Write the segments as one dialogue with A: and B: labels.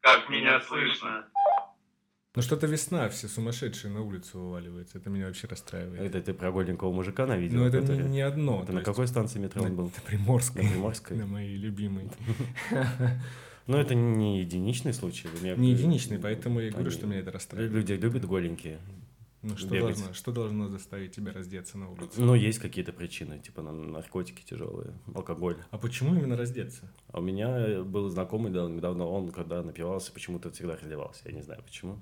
A: Как меня слышно?
B: Ну что-то весна, все сумасшедшие на улицу вываливаются. Это меня вообще расстраивает.
C: Это ты про голенького мужика на видео?
B: Но Ну, это не,
C: который-
B: не одно.
C: Это
B: то
C: на
B: есть
C: какой станции метро он был?
B: на Приморской.
C: На Приморской?
B: На моей любимой.
C: Ну, это не единичный случай. у меня-
B: Не единичный, поэтому я и говорю,
C: Они-
B: что меня это расстраивает.
C: Люди любят голенькие.
B: Ну что
C: бегать.
B: должно, что должно заставить тебя раздеться на улице?
C: Но Ну, есть какие-то причины, типа на- наркотики тяжелые, алкоголь.
B: А почему именно раздеться?
C: А у меня был знакомый да, недавно, он когда напивался, почему-то всегда разливался. Я не знаю почему.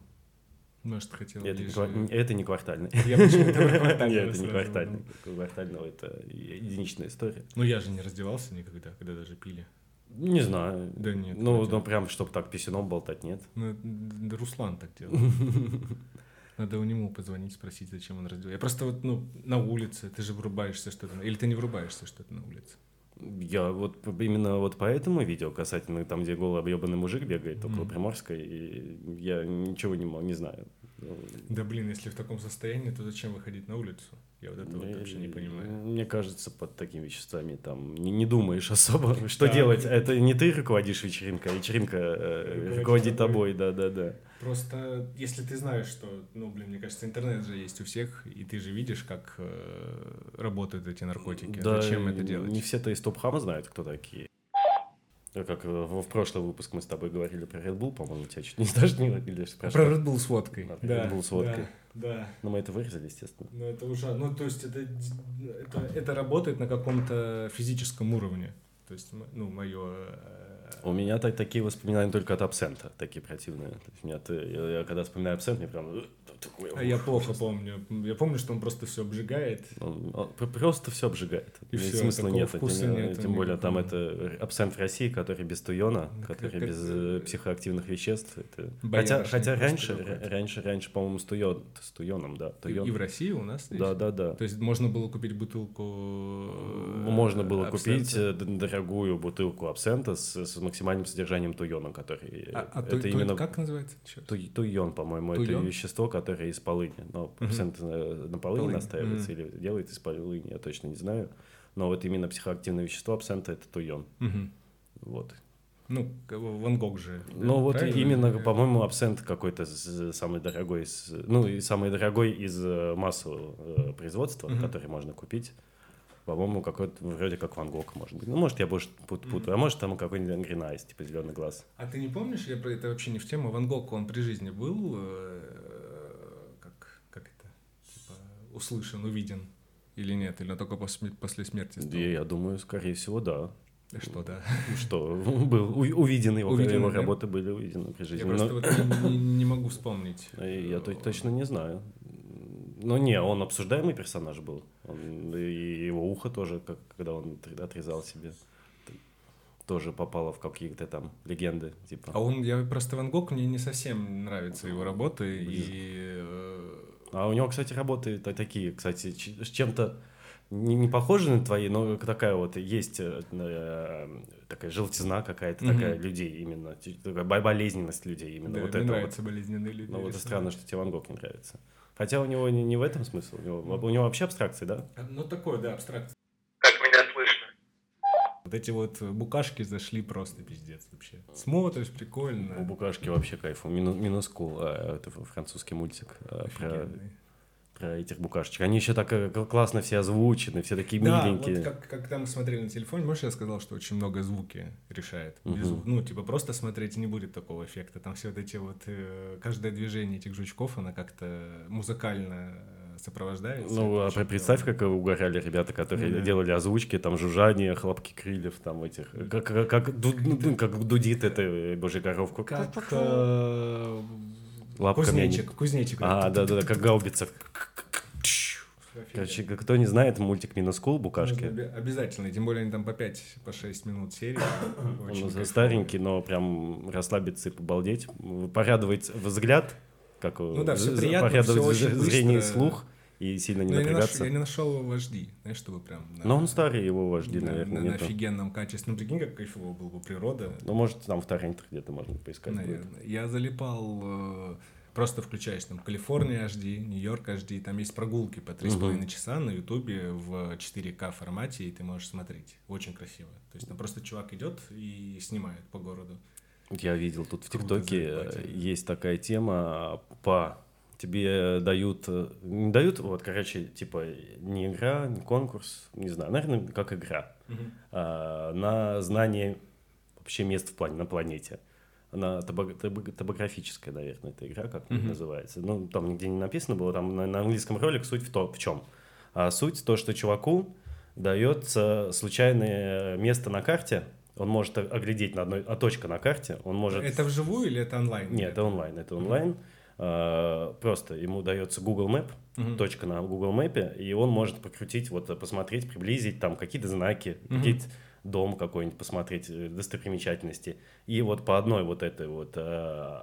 B: Может, Ну, хотел
C: Это, не
B: ближе-
C: ква- это не квартальный.
B: Я почему-то э, про квартального
C: Нет, это не
B: сразу
C: квартальный.
B: подумал.
C: Квартального это единичная история.
B: Ну я же не раздевался никогда, когда даже пили.
C: Не знаю.
B: Да нет,
C: Ну,
B: вроде.
C: ну прям, чтобы так писюном болтать, нет.
B: Ну, д- д- Руслан так делал. Надо у него позвонить, спросить, зачем он раздевался. Я просто вот, ну, на улице, ты же врубаешься что-то. на- Или ты не врубаешься что-то на улице.
C: Я вот п- именно вот по этому видео касательно там, где голый объебанный мужик бегает около
B: Мгм.
C: Приморской, и я ничего не, мо- не знаю. Ну,
B: Да блин, если в таком состоянии, то зачем выходить на улицу? Я вот этого
C: Мне-
B: вот вообще не понимаю.
C: Мне кажется, под такими веществами там не, не думаешь особо, что
B: Да.
C: делать. Это не ты руководишь вечеринкой, а вечеринка э,
B: Руководит
C: руководит
B: тобой.
C: тобой, да-да-да.
B: Просто если ты знаешь, что, ну, блин, мне кажется, интернет же есть у всех, и ты же видишь, как э, работают эти наркотики. а зачем это делать?
C: Не все-то из топ-хама знают, кто такие. Ну, Как э, в в прошлый выпуск мы с тобой говорили про Red Bull, по-моему, тебя чуть не стошнило. Или
B: Про
C: спрашивали.
B: Red Bull с водкой.
C: Да, Red Bull с водкой.
B: Да, да.
C: Но Ну, мы это вырезали, естественно.
B: Ну, это ужасно. Ну, то есть, это, д- это, это работает на каком-то физическом уровне. То есть, м- ну, э, мое...
C: У меня так, такие воспоминания только от абсента, такие противные. То есть у меня, ты- я, я когда вспоминаю абсент, мне прям... э, такое,
B: А я
C: ух,
B: плохо
C: ужасно.
B: помню. Я помню, что он просто все обжигает.
C: Он- он пр- просто все обжигает.
B: И
C: И
B: всё,
C: смысла
B: такого
C: нет.
B: вкуса
C: тем,
B: нету
C: тем более там
B: никакого.
C: это э, абсент в России, который без туйона,
B: Ну, как-
C: который
B: как-
C: без э, психоактивных веществ. это-
B: Боярышник
C: Хотя, хотя
B: просто
C: раньше, р-
B: какой-то.
C: раньше, раньше, по-моему, с, туйон- с туйоном, да.
B: И,
C: туйон.
B: и в России у нас здесь.
C: да, да, да.
B: То есть, можно было купить бутылку... э,
C: Ну, Можно было
B: абсента.
C: купить э, д- дорогую бутылку абсента с, с максимальным содержанием туйона, который...
B: А, а
C: э,
B: ту- ту- Как называется? Чёрт.
C: Ту- Туйон, по-моему,
B: Туйон?
C: это вещество, которое из полыни. Но
B: Мгм.
C: процент э, на полыни
B: Полынь,
C: настаивается или делает из полыни, я точно не знаю. Но вот именно психоактивное вещество абсента это туйон.
B: Мгм.
C: Вот.
B: Ну, к- Ван Гог же.
C: ну вот
B: правильно?
C: именно,
B: Э,
C: по-моему, абсент какой-то с- самый дорогой, из, ну и самый дорогой из э, массового э, производства,
B: Мгм.
C: который можно купить. По-моему, какой-то вроде как Ван Гог, может быть. Ну, может, я больше пут- путаю. А может, там какой-нибудь Ангренайс, типа зеленый глаз.
B: А ты не помнишь, я про это вообще не в тему. Ван Гог, он при жизни был, э, как, как это, типа, услышан, увиден или нет? Или он только после, после смерти стал?
C: Да, Я думаю, скорее всего, да.
B: Да Что, да.
C: Что был у- увиден его,
B: Увидены,
C: его
B: да?
C: работы были увидены при жизни.
B: Я просто
C: Но-
B: вот не, не- не могу вспомнить.
C: ну. э, я то- точно не знаю. Но не, он обсуждаемый персонаж был. Он- и его ухо тоже, как, когда он отр- отрезал себе, т- тоже попало в какие-то там легенды. Типа.
B: А он, я просто Ван Гог, мне не совсем нравятся его работы, и... э,
C: А у него, кстати, работы та- такие, кстати, ч- с чем-то не, не похожи на твои, но такая вот есть э, э, такая желтизна какая-то,
B: Мгм.
C: такая людей именно, т- такая бо- болезненность людей именно.
B: да,
C: Ну, вот
B: мне
C: это вот.
B: нравятся болезненные люди.
C: Ну вот и
B: рисовать.
C: странно, что тебе Ван Гог не нравится. Хотя у него не, не в этом смысл. У него, у него вообще абстракции, да?
B: А, Ну, такое, да, абстракт.
A: Как меня слышно?
B: Вот эти вот букашки зашли просто пиздец вообще. Смотришь, прикольно.
C: А. У Букашки вообще кайф. У Мину- Минускул, а, это ф- французский мультик а, про,
B: Офигенные.
C: про этих букашечек. Они еще так э, к- классно все озвучены, все такие
B: Да,
C: миленькие.
B: вот как, как там смотрели на телефоне, можешь я сказал, что очень много звуки решает. Без
C: Мгм.
B: зву- Ну, типа просто смотреть не будет такого эффекта. Там все вот эти вот, э, каждое движение этих жучков, оно как-то музыкально э, сопровождается.
C: Ну, а
B: Очень
C: при- представь, как угорали ребята, которые
B: Да.
C: делали озвучки, там жужжание, хлопки крыльев, там этих, э, как, как, как, ду- ну, как дудит эта э, божья коровка.
B: клево. Как э,
C: Лапками
B: кузнечик, кузнечик.
C: А, да-да-да, как гаубица. Короче, кто не знает, мультик Минускул,
B: Ну,
C: букашки.
B: Обязательно, тем более они там по 5, по 6 минут серии. Очень
C: Он
B: кайфово.
C: старенький, но прям расслабиться и побалдеть, порадовать взгляд, как
B: Ну да, всё
C: з- з-
B: приятно,
C: порадовать
B: всё
C: з-
B: очень
C: зрение и
B: быстро.
C: слух и сильно не
B: Ну, я, не наш-
C: напрягаться. Ну,
B: я не нашел вожди, знаешь, чтобы прям... на-
C: Но он старый, его вожди,
B: на,
C: наверное,
B: на- на
C: нету.
B: офигенном качестве. Ну, прикинь, как кайфово было бы природа.
C: Ну, может, там в торрентах где-то можно поискать будет.
B: Наверное. Я залипал, э, просто включаешь там Калифорния HD, Нью-Йорк HD, там есть прогулки по 3,5 часа на Ютубе в 4К формате, и ты можешь смотреть. Очень красиво. То есть там просто чувак идет и снимает по городу.
C: Я видел тут в
B: Круто,
C: ТикТоке э,
B: заебательно.
C: есть такая тема по тебе дают э, не дают вот короче типа не игра не конкурс не знаю наверное как игра а, на знание вообще мест в плане на планете она тобо- тобо- тобографическая наверное эта игра как она
B: Мгм.
C: называется ну там нигде не написано было там на, на английском ролик суть в то в чем а суть то что чуваку дается случайное место на карте. Он может о- оглядеть на одной, а точка на карте, он может...
B: Это вживую или это онлайн?
C: Нет, это онлайн, это онлайн. А, Просто ему дается Google Map,
B: Мгм.
C: ну, точка на Google Map, и он может покрутить, вот э, посмотреть, приблизить там какие-то знаки,
B: Мгм.
C: какие-то дом какой-нибудь посмотреть, э, достопримечательности. И вот по одной вот этой вот э,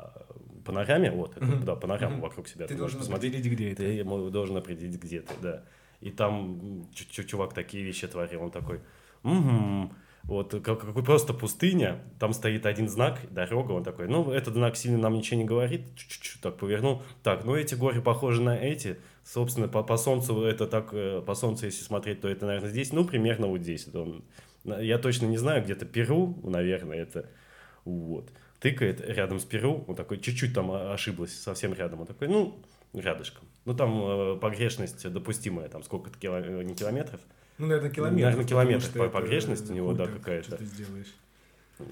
C: панораме, вот, эту,
B: Мгм.
C: да, панораму
B: Мгм.
C: вокруг себя
B: Ты
C: можешь
B: должен определить, где это.
C: ты ему должен определить, где ты, да. И там чу- чу- чувак такие вещи творил, он такой, «Мгм». вот как, как просто пустыня, там стоит один знак, дорога, он такой, ну, этот знак сильно нам ничего не говорит, чуть-чуть так повернул, так, ну, эти горы похожи на эти, собственно, по, по солнцу это так, э, по солнцу, если смотреть, то это, наверное, здесь, ну, примерно вот здесь, Это он, на- я точно не знаю, где-то Перу, наверное, это, вот, тыкает рядом с Перу, он такой, чуть-чуть там а, ошиблась, совсем рядом, он такой, ну, рядышком. Ну, там э, погрешность допустимая, там сколько-то кило- э, не километров.
B: Ну, наверное, километр.
C: Наверное,
B: потому
C: километр
B: что
C: по-
B: это
C: погрешность у него,
B: хуй
C: да,
B: там
C: какая-то.
B: что ты сделаешь.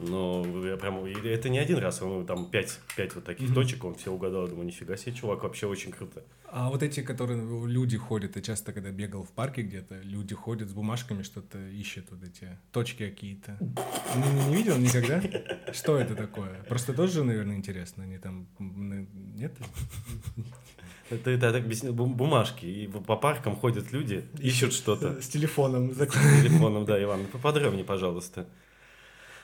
C: Но я прям... и Это не один раз, он ну, там пять, пять вот таких
B: Мгм.
C: точек, он все угадал. Я Думаю, нифига себе, чувак, вообще очень круто.
B: А вот эти, которые люди ходят, я часто, когда бегал в парке где-то, люди ходят с бумажками, что-то ищут, вот эти точки какие-то. Не, не- не видел никогда? Что это такое? Просто тоже, наверное, интересно, они там... м, Нет?
C: Это, это так объяснил, бум- бумажки, и по паркам ходят люди, ищут что-то.
B: С телефоном.
C: С телефоном, да, Иван, поподробнее, пожалуйста.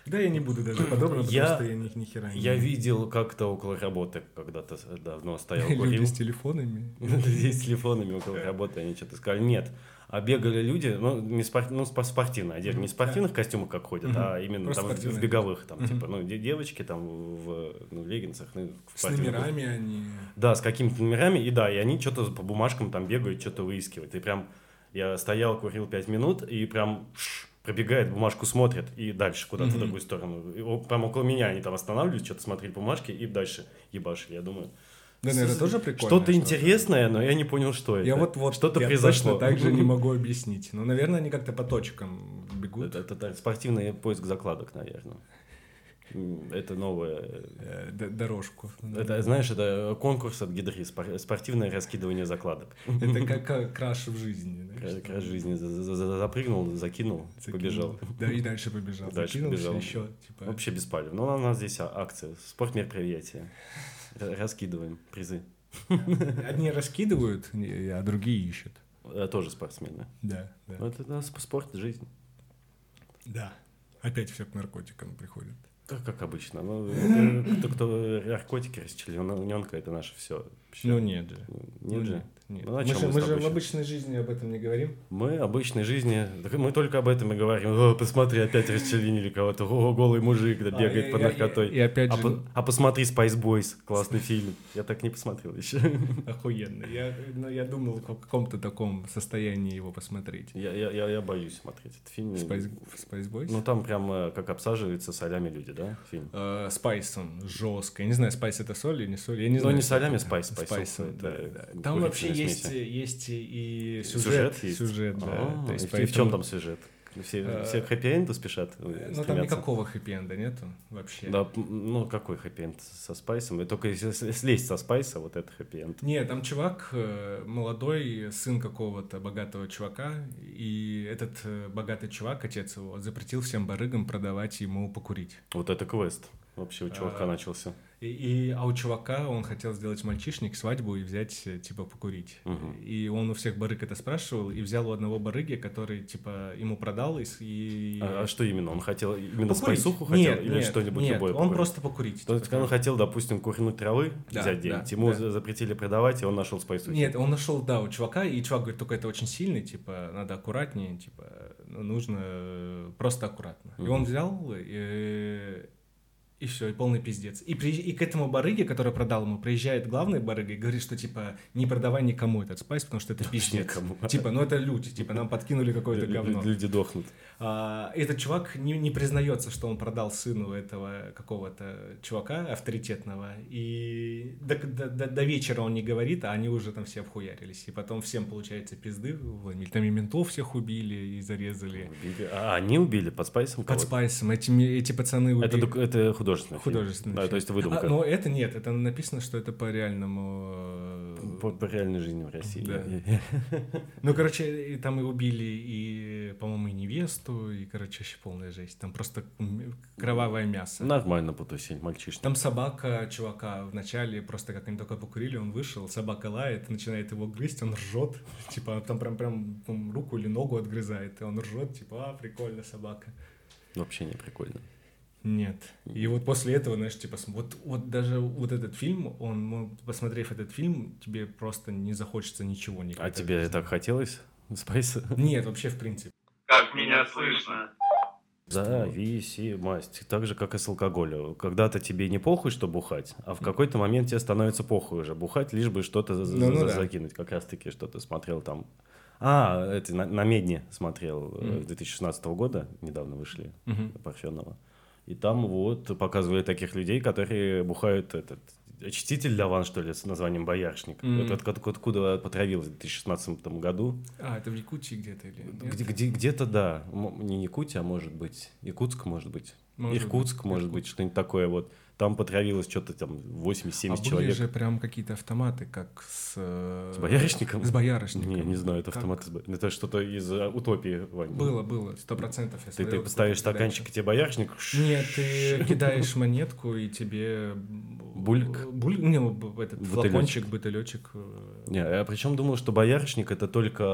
B: Да, я не буду даже подробно, потому
C: Я-
B: что я ни, ни хера не...
C: Я видел как-то около работы когда-то с- давно стоял,
B: Люди
C: курил.
B: с телефонами.
C: Здесь с телефонами около работы они что-то сказали. Нет. А бегали люди, ну, не спор- ну, спор- спортивная одежда, не в спортивных костюмах, как ходят,
B: Мгм.
C: а именно
B: Просто
C: там в- в
B: спортивные.
C: беговых, там,
B: Мгм.
C: типа, ну, де- девочки там в ну, в леггинсах, ну,
B: С
C: в спортивных
B: номерами они...
C: да, с какими-то номерами, и да, и они что-то по бумажкам там бегают, что-то выискивают. И прям я стоял, курил пять минут, и прям пш, пробегает, бумажку смотрит, и дальше куда-то в
B: Мгм.
C: другую сторону. И о- прям около меня они там останавливались, что-то смотрели бумажки, и дальше ебашили, я думаю.
B: Да,
C: с-
B: наверное,
C: с-
B: тоже прикольно.
C: Что-то интересное, но я не понял, что это.
B: Я вот вот
C: Что-то
B: я
C: произошло.
B: Точно так же не могу объяснить. Ну, наверное, они как-то по точкам бегут.
C: Это, это так, спортивный поиск закладок, наверное. М, Это новое.
B: Э, д- дорожку.
C: Это, знаешь, это конкурс от Гидри, спор- спортивное раскидывание закладок.
B: Это как э, краш в жизни. знаешь,
C: Кра-
B: там.
C: Краш жизни За- за- за- запрыгнул, закинул,
B: Закинул.
C: побежал.
B: Да, и дальше побежал.
C: Дальше
B: Дальше побежал.
C: побежал.
B: еще. Типа,
C: Вообще без палев. Ну, у нас здесь а- акция, спорт мероприятие. Р- Раскидываем призы.
B: Одни раскидывают, не- а другие ищут.
C: Э, Тоже спортсмены.
B: Да, да.
C: Вот это у нас спорт, жизнь.
B: Да. Опять все к наркотикам приходит.
C: Как, как обычно. Ну, это кто, кто э, наркотики расчлененка, это наше все.
B: Ну нет же.
C: Нет
B: Ну,
C: же?
B: нет, нет.
C: Ну, о
B: мы
C: чем
B: же,
C: мы с
B: мы же
C: тобой
B: в
C: щас?
B: обычной жизни об этом не говорим.
C: Мы обычной жизни, так мы только об этом и говорим. «О, посмотри, опять расчленили кого-то. О, голый мужик да,
B: А,
C: бегает
B: и-
C: под
B: и-
C: наркотой.
B: и опять
C: а,
B: же-
C: по- а посмотри Spice Boys, классный фильм. Я так не посмотрел еще.
B: Охуенно. Я, ну, я думал о каком-то таком состоянии его посмотреть.
C: Я, я, я, я боюсь смотреть этот фильм.
B: Спайс, Спайс Бойс?
C: Ну там прям э, как обсаживаются солями люди, да, фильм?
B: Э, спайсом жестко. Я не знаю, спайс это соль или не соль. Я не
C: Ну,
B: знаю.
C: не
B: что
C: солями,
B: это.
C: спайс, спайсом,
B: Спайсом,
C: это
B: да, да.
C: курительные
B: Там вообще есть,
C: смеси.
B: есть и
C: Сюжет
B: сюжет.
C: есть?
B: Сюжет, да.
C: А,
B: То есть
C: и в- и в
B: поэтому-
C: чем там сюжет? Все,
B: Э,
C: все к хэппи-энду спешат? э,
B: Ну, там
C: стремятся?
B: никакого хэппи-энда нету вообще.
C: Да, м, ну какой хэппи-энд со спайсом? И только если с- слезть со спайса, вот это хэппи-энд.
B: Не, там чувак э, молодой, сын какого-то богатого чувака, и этот э, богатый чувак, отец его, запретил всем барыгам продавать ему покурить.
C: Вот это квест вообще у чувака
B: А.
C: начался.
B: И, и- а у чувака он хотел сделать мальчишник, свадьбу и взять, э, типа, покурить.
C: Мгм.
B: И он у всех барыг это спрашивал, и взял у одного барыги, который, типа, ему продал, и... с- и...
C: А, а что именно? Он хотел именно
B: Покурить.
C: спайсуху хотел
B: Нет,
C: или
B: нет,
C: что-нибудь
B: нет,
C: любое?
B: он
C: покурить? Ну,
B: просто покурить.
C: То есть
B: типа,
C: он
B: там.
C: хотел, допустим, курнуть травы,
B: Да, да,
C: взять деньги. Ему
B: да.
C: за- запретили продавать, и он нашел спайсухи.
B: Нет, он нашел, да, у чувака, и чувак говорит, только это очень сильный, типа, надо аккуратнее, типа, ну, нужно э, просто аккуратно. И
C: Мгм.
B: он взял, э, И все, и полный пиздец. И, при... и к этому барыге, который продал ему, приезжает главный барыга и говорит, что типа не продавай никому этот спайс, потому что это пиздец.
C: никому.
B: Типа, ну это люди, типа нам подкинули какое-то
C: Лю-
B: говно.
C: Люди дохнут.
B: А, этот чувак не, не признается, что он продал сыну этого какого-то чувака авторитетного. И до, до- до- до вечера он не говорит, а они уже там все обхуярились. И потом всем, получается, пизды. вломили. Там и ментов всех убили и зарезали.
C: Убили. А они убили под спайсом
B: Под
C: кого-то?
B: спайсом этими, эти пацаны убили.
C: Это, доку- это художественный фильм.
B: Художественный
C: Да,
B: фильм.
C: то есть это выдумка.
B: А, но это нет, это написано, что это по реальному... э,
C: по, по реальной жизни в России.
B: Да.
C: Я-
B: Ну, короче, и там и убили, и, по-моему, и невесту, и, короче, вообще полная жесть. Там просто м- кровавое мясо.
C: Нормально потусить, мальчишник.
B: Там собака чувака вначале, просто как они только покурили, он вышел, собака лает, начинает его грызть, он ржет, типа там прям прям м, руку или ногу отгрызает, и он ржет, типа, а, прикольно, собака.
C: Вообще не прикольно.
B: Нет. И вот после этого, знаешь, типа, см- вот, вот даже вот этот фильм, он, м, посмотрев этот фильм, тебе просто не захочется ничего никогда.
C: А тебе так хотелось спайса?
B: Нет, вообще в принципе.
A: Как меня слышно?
C: Зависимость. Так же, как и с алкоголем. Когда-то тебе не похуй, что бухать, а в какой-то момент тебе становится похуй уже бухать, лишь бы что-то за- за-
B: Ну-ну
C: за-
B: да.
C: закинуть. Как раз-таки что-то смотрел там. А, это на, на Медне смотрел э,
B: Мгм.
C: 2016 года, недавно вышли,
B: Мгм.
C: Парфенова. И там вот показывали таких людей, которые бухают этот очиститель Лаван, что ли, с названием Бояршник.
B: Мгм.
C: Вот от- от- откуда потравилась в 2016 году.
B: А, это в Якутии где-то или нет?
C: Где- где- Ну, где-то, да. М- Не Якутия, а может быть. Иркутск, может быть.
B: Может
C: Иркутск,
B: быть,
C: может быть, что-нибудь такое. Вот там потравилось что-то там 8-70
B: а были
C: человек.
B: же прям какие-то автоматы, как с... э,
C: С боярышником?
B: С боярышником.
C: Не, не знаю, это
B: Как?
C: автомат. из бо- Это что-то из э, утопии, Вань.
B: Было, было, сто процентов. я
C: Ты, ты
B: смотрел
C: поставишь
B: какую-то
C: стаканчик, и тебе боярышник.
B: передачу. Нет, ты кидаешь монетку, и тебе...
C: Бульк?
B: Буль... Не, ну, б- этот
C: Бутылечек.
B: флакончик, бутылечек. э,
C: Не, я причем думал, что боярышник это только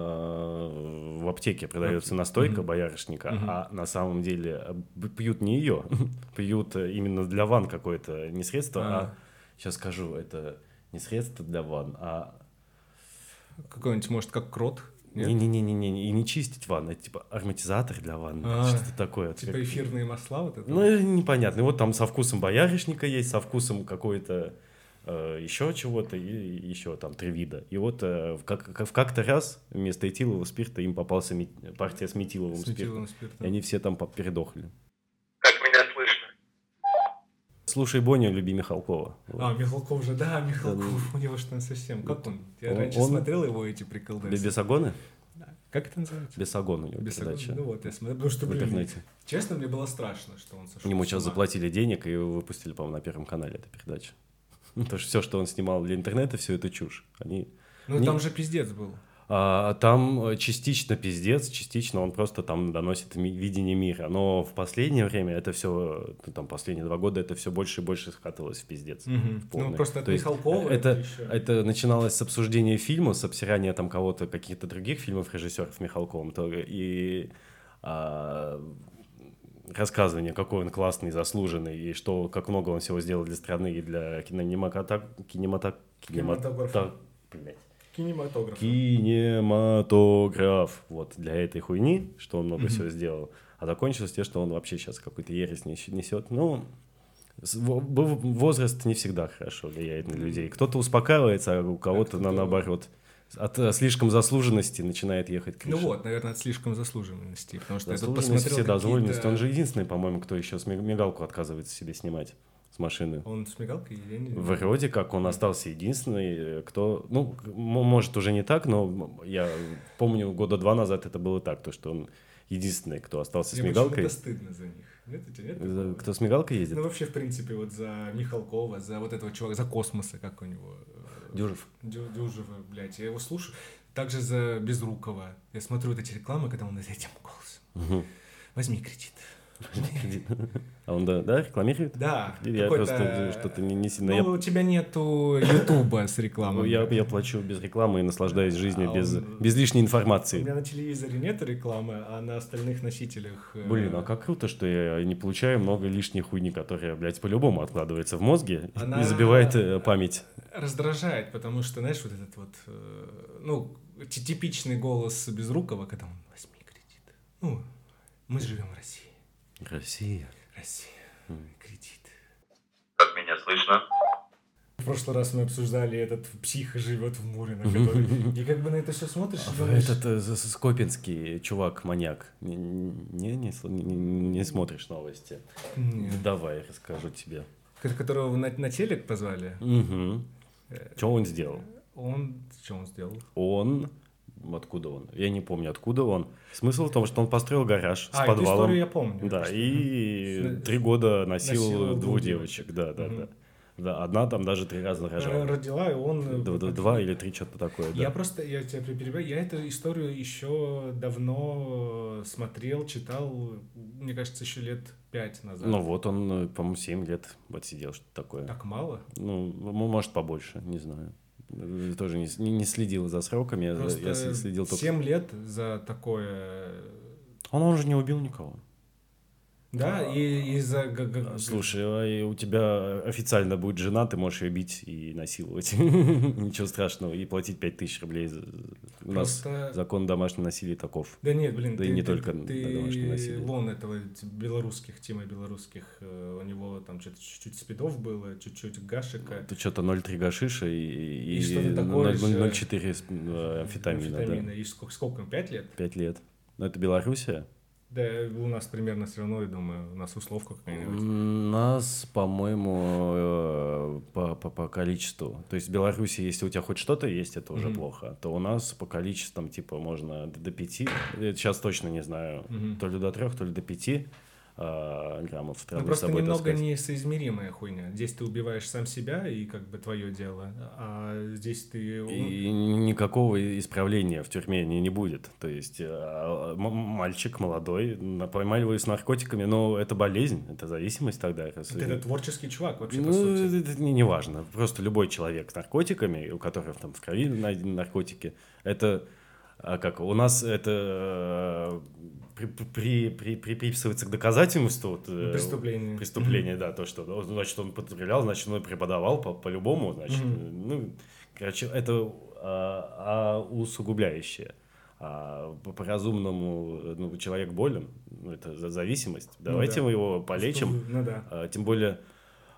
C: э, в аптеке продается настойка
B: Мгм.
C: боярышника,
B: Мгм.
C: а на самом деле э, б- пьют не ее, пьют э, именно для ванн какое-то не средство, а,
B: А.
C: сейчас скажу, это не средство для ванн, а
B: а, Какой-нибудь, может, как крот? Нет?
C: не не не не не и не чистить ванну, это типа ароматизатор для ванны,
B: А,
C: что-то такое.
B: Типа
C: Как-
B: эфирные масла вот это?
C: Ну, это непонятно. И Вот там со вкусом боярышника есть, со вкусом какой-то еще чего-то, и еще там три вида. И вот э, в, как, как- в как-то раз вместо этилового спирта им попался мет- партия с метиловым
B: с
C: спиртом.
B: метиловым спиртом.
C: И они все там по- передохли.
A: Как меня слышно?
C: Слушай, Бонни, люби Михалкова.
B: А, Михалков же, да, Михалков,
C: Да,
B: у
C: ну.
B: него же там совсем, как он? Я
C: Он-
B: раньше
C: он-
B: смотрел его эти приколдесы.
C: Бе- Бесогоны?
B: Как это называется?
C: Бесогон у него
B: Бесогон.
C: передача.
B: Ну вот, я смотрел, потому что,
C: В
B: блин,
C: интернете.
B: честно, мне было страшно, что он сошел
C: Ему
B: с
C: сейчас
B: ума.
C: заплатили денег и выпустили, по-моему, на Первом канале эту передачу. Потому что все, что он снимал для интернета, все это чушь. Они
B: Ну
C: Не-
B: там же пиздец был.
C: А, там э, частично пиздец, частично он просто там доносит ми- видение мира. Но в последнее время это все, там последние два года это все больше и больше скатывалось в пиздец.
B: Мгм.
C: Полный.
B: Ну, просто от
C: То есть,
B: Михалкова
C: э, это,
B: это еще.
C: это начиналось с обсуждения фильма, с обсирания там кого-то, каких-то других фильмов режиссеров Михалковым, то и а, рассказывание, какой он классный, заслуженный, и что, как много он всего сделал для страны и для кинематографа.
B: Кинематографа. Кинематограф.
C: Кинематограф. Вот, для этой хуйни, что он много всего сделал. А закончилось тем, что он вообще сейчас какую-то ересь нес- несет. Ну, с- во- бо- возраст не всегда хорошо влияет на людей. Кто-то успокаивается, а у кого-то на,
B: кто-то-
C: наоборот. От э, слишком заслуженности начинает ехать
B: Ну
C: крыша.
B: вот, наверное, от слишком заслуженности, потому что я тут
C: Заслуженность,
B: посмотрел
C: вседозволенность.
B: какие-то-
C: Он же единственный, по-моему, кто еще с ми- мигалку отказывается себе снимать с машины.
B: Он с мигалкой или я не...
C: Вроде как он остался единственный, э, кто, ну, к- м- может уже не так, но м- я помню года два назад это было так, то что он единственный, кто остался с
B: Мне
C: мигалкой,
B: почему-то стыдно за них. Нет, у тебя нет
C: Э,
B: такого?
C: кто с мигалкой ездит.
B: Ну вообще, в принципе, вот за Михалкова, за вот этого чувака, за космоса, как у него... э,
C: Дюжев.
B: Дю- Дюжева, блядь, я его слушаю. Также за Безрукова. Я смотрю вот эти рекламы, когда он этим голосом.
C: Мгм.
B: Возьми кредит.
C: А он да, да, рекламирует?
B: Да.
C: Я
B: какой-то-
C: просто э, что-то не, не сильно.
B: Ну, у тебя нету Ютуба с
C: я,
B: рекламой.
C: Ну, я, я плачу без рекламы и наслаждаюсь жизнью
B: А
C: без,
B: он-
C: без лишней
B: У
C: информации.
B: меня на телевизоре нет рекламы, а на остальных носителях... э,
C: Блин, а как круто, что я не получаю много лишней хуйни, которая, блядь, по-любому откладывается в мозге и
B: Она-
C: забивает э, память.
B: Раздражает, потому что, знаешь, вот этот вот... э, Ну, ти- типичный голос Безрукова, когда он «возьми кредит». Ну, мы живем в России.
C: Россия.
B: Россия.
C: Хм.
B: Кредит.
A: Как меня слышно?
B: В прошлый раз мы обсуждали этот псих живет в Муре, на который... И как бы на это все смотришь и думаешь...
C: Этот э, с- с- скопинский чувак-маньяк. Не, не, не сл- не- не смотришь новости.
B: «Нет».
C: Давай, я расскажу тебе.
B: Ко- Которого на, на телек позвали,
C: Угу.
B: э,
C: Что он сделал?
B: он... Что он сделал?
C: Он... Откуда он? Я не помню, откуда он. Смысл в том, что он построил гараж
B: а,
C: с
B: эту
C: подвалом.
B: историю я помню.
C: Да,
B: Что-
C: и
B: С-
C: три года
B: насиловал
C: насиловал
B: двух
C: двух девочек. Да, да,
B: Мгм.
C: да. Да, одна там даже три раза
B: Э,
C: рожала.
B: Родила, и он... э,
C: Д- д- Два или три, что-то такое,
B: Я
C: да.
B: просто, я тебя перебиваю, я эту историю еще давно э, смотрел, читал, мне кажется, еще лет пять назад.
C: Ну вот он, э, по-моему, 7 лет отсидел, что-то такое.
B: Так мало?
C: Ну, м- может, побольше, не знаю. Э, Тоже не, с- не- не следил за сроками, я, за-
B: Просто
C: я с- следил только...
B: 7 лет за такое... э,
C: Он, он же не убил никого.
B: Да, и, и за... г- г- г-
C: Слушай, а и у тебя официально будет жена, ты можешь ее бить и насиловать. Ничего страшного. И платить 5000 рублей. за- У нас
B: Просто-
C: закон домашнего насилия таков.
B: Да нет, блин,
C: Да и
B: ты,
C: не
B: ты-
C: только на домашнем
B: ты
C: насилии.
B: вон этого т- белорусских, Тима белорусских, э, у него там что-то чуть-чуть спидов было, чуть-чуть гашика,
C: Тут что-то 0,3 гашиша и, и,
B: И что-то такое же.
C: 0,04 с- э, амфетамина.
B: амфетамина.
C: Да.
B: И сколько, сколько, им, пять лет?
C: 5 лет. Но это Белоруссия?
B: Да, у нас примерно все равно, я думаю, у нас условка какая-нибудь.
C: М, Нас, по-моему, э, по, по, по количеству. То есть в Беларуси, если у тебя хоть что-то есть, это уже
B: Мгм.
C: плохо. То у нас по количествам, типа, можно д- до 5. Сейчас точно не знаю.
B: Мгм.
C: То ли до 3, то ли до 5 граммов
B: Ну,
C: травы с
B: просто
C: собой
B: немного
C: таскать.
B: несоизмеримая хуйня. Здесь ты убиваешь сам себя, и как бы твое дело. А здесь ты...
C: И никакого исправления в тюрьме не, не будет. То есть э, м- мальчик молодой, на- поймали его с наркотиками, но это болезнь, это зависимость тогда. раз-
B: Ты это творческий чувак вообще,
C: ну,
B: по сути.
C: это не, не важно. Просто любой человек с наркотиками, у которых там в крови найдены наркотики, это а как у нас это э, при- при- при- приписывается к доказательству вот, э,
B: Преступление.
C: преступление, да, то, что, ну, значит, он потреблял, значит, он и преподавал по- по-любому, значит,
B: Мгм.
C: ну, короче, это а, а, усугубляющее. А по- по-разумному ну, человек болен, ну, это за- зависимость,
B: Ну
C: давайте
B: да.
C: мы его полечим,
B: Что- Ну да.
C: а, Тем более,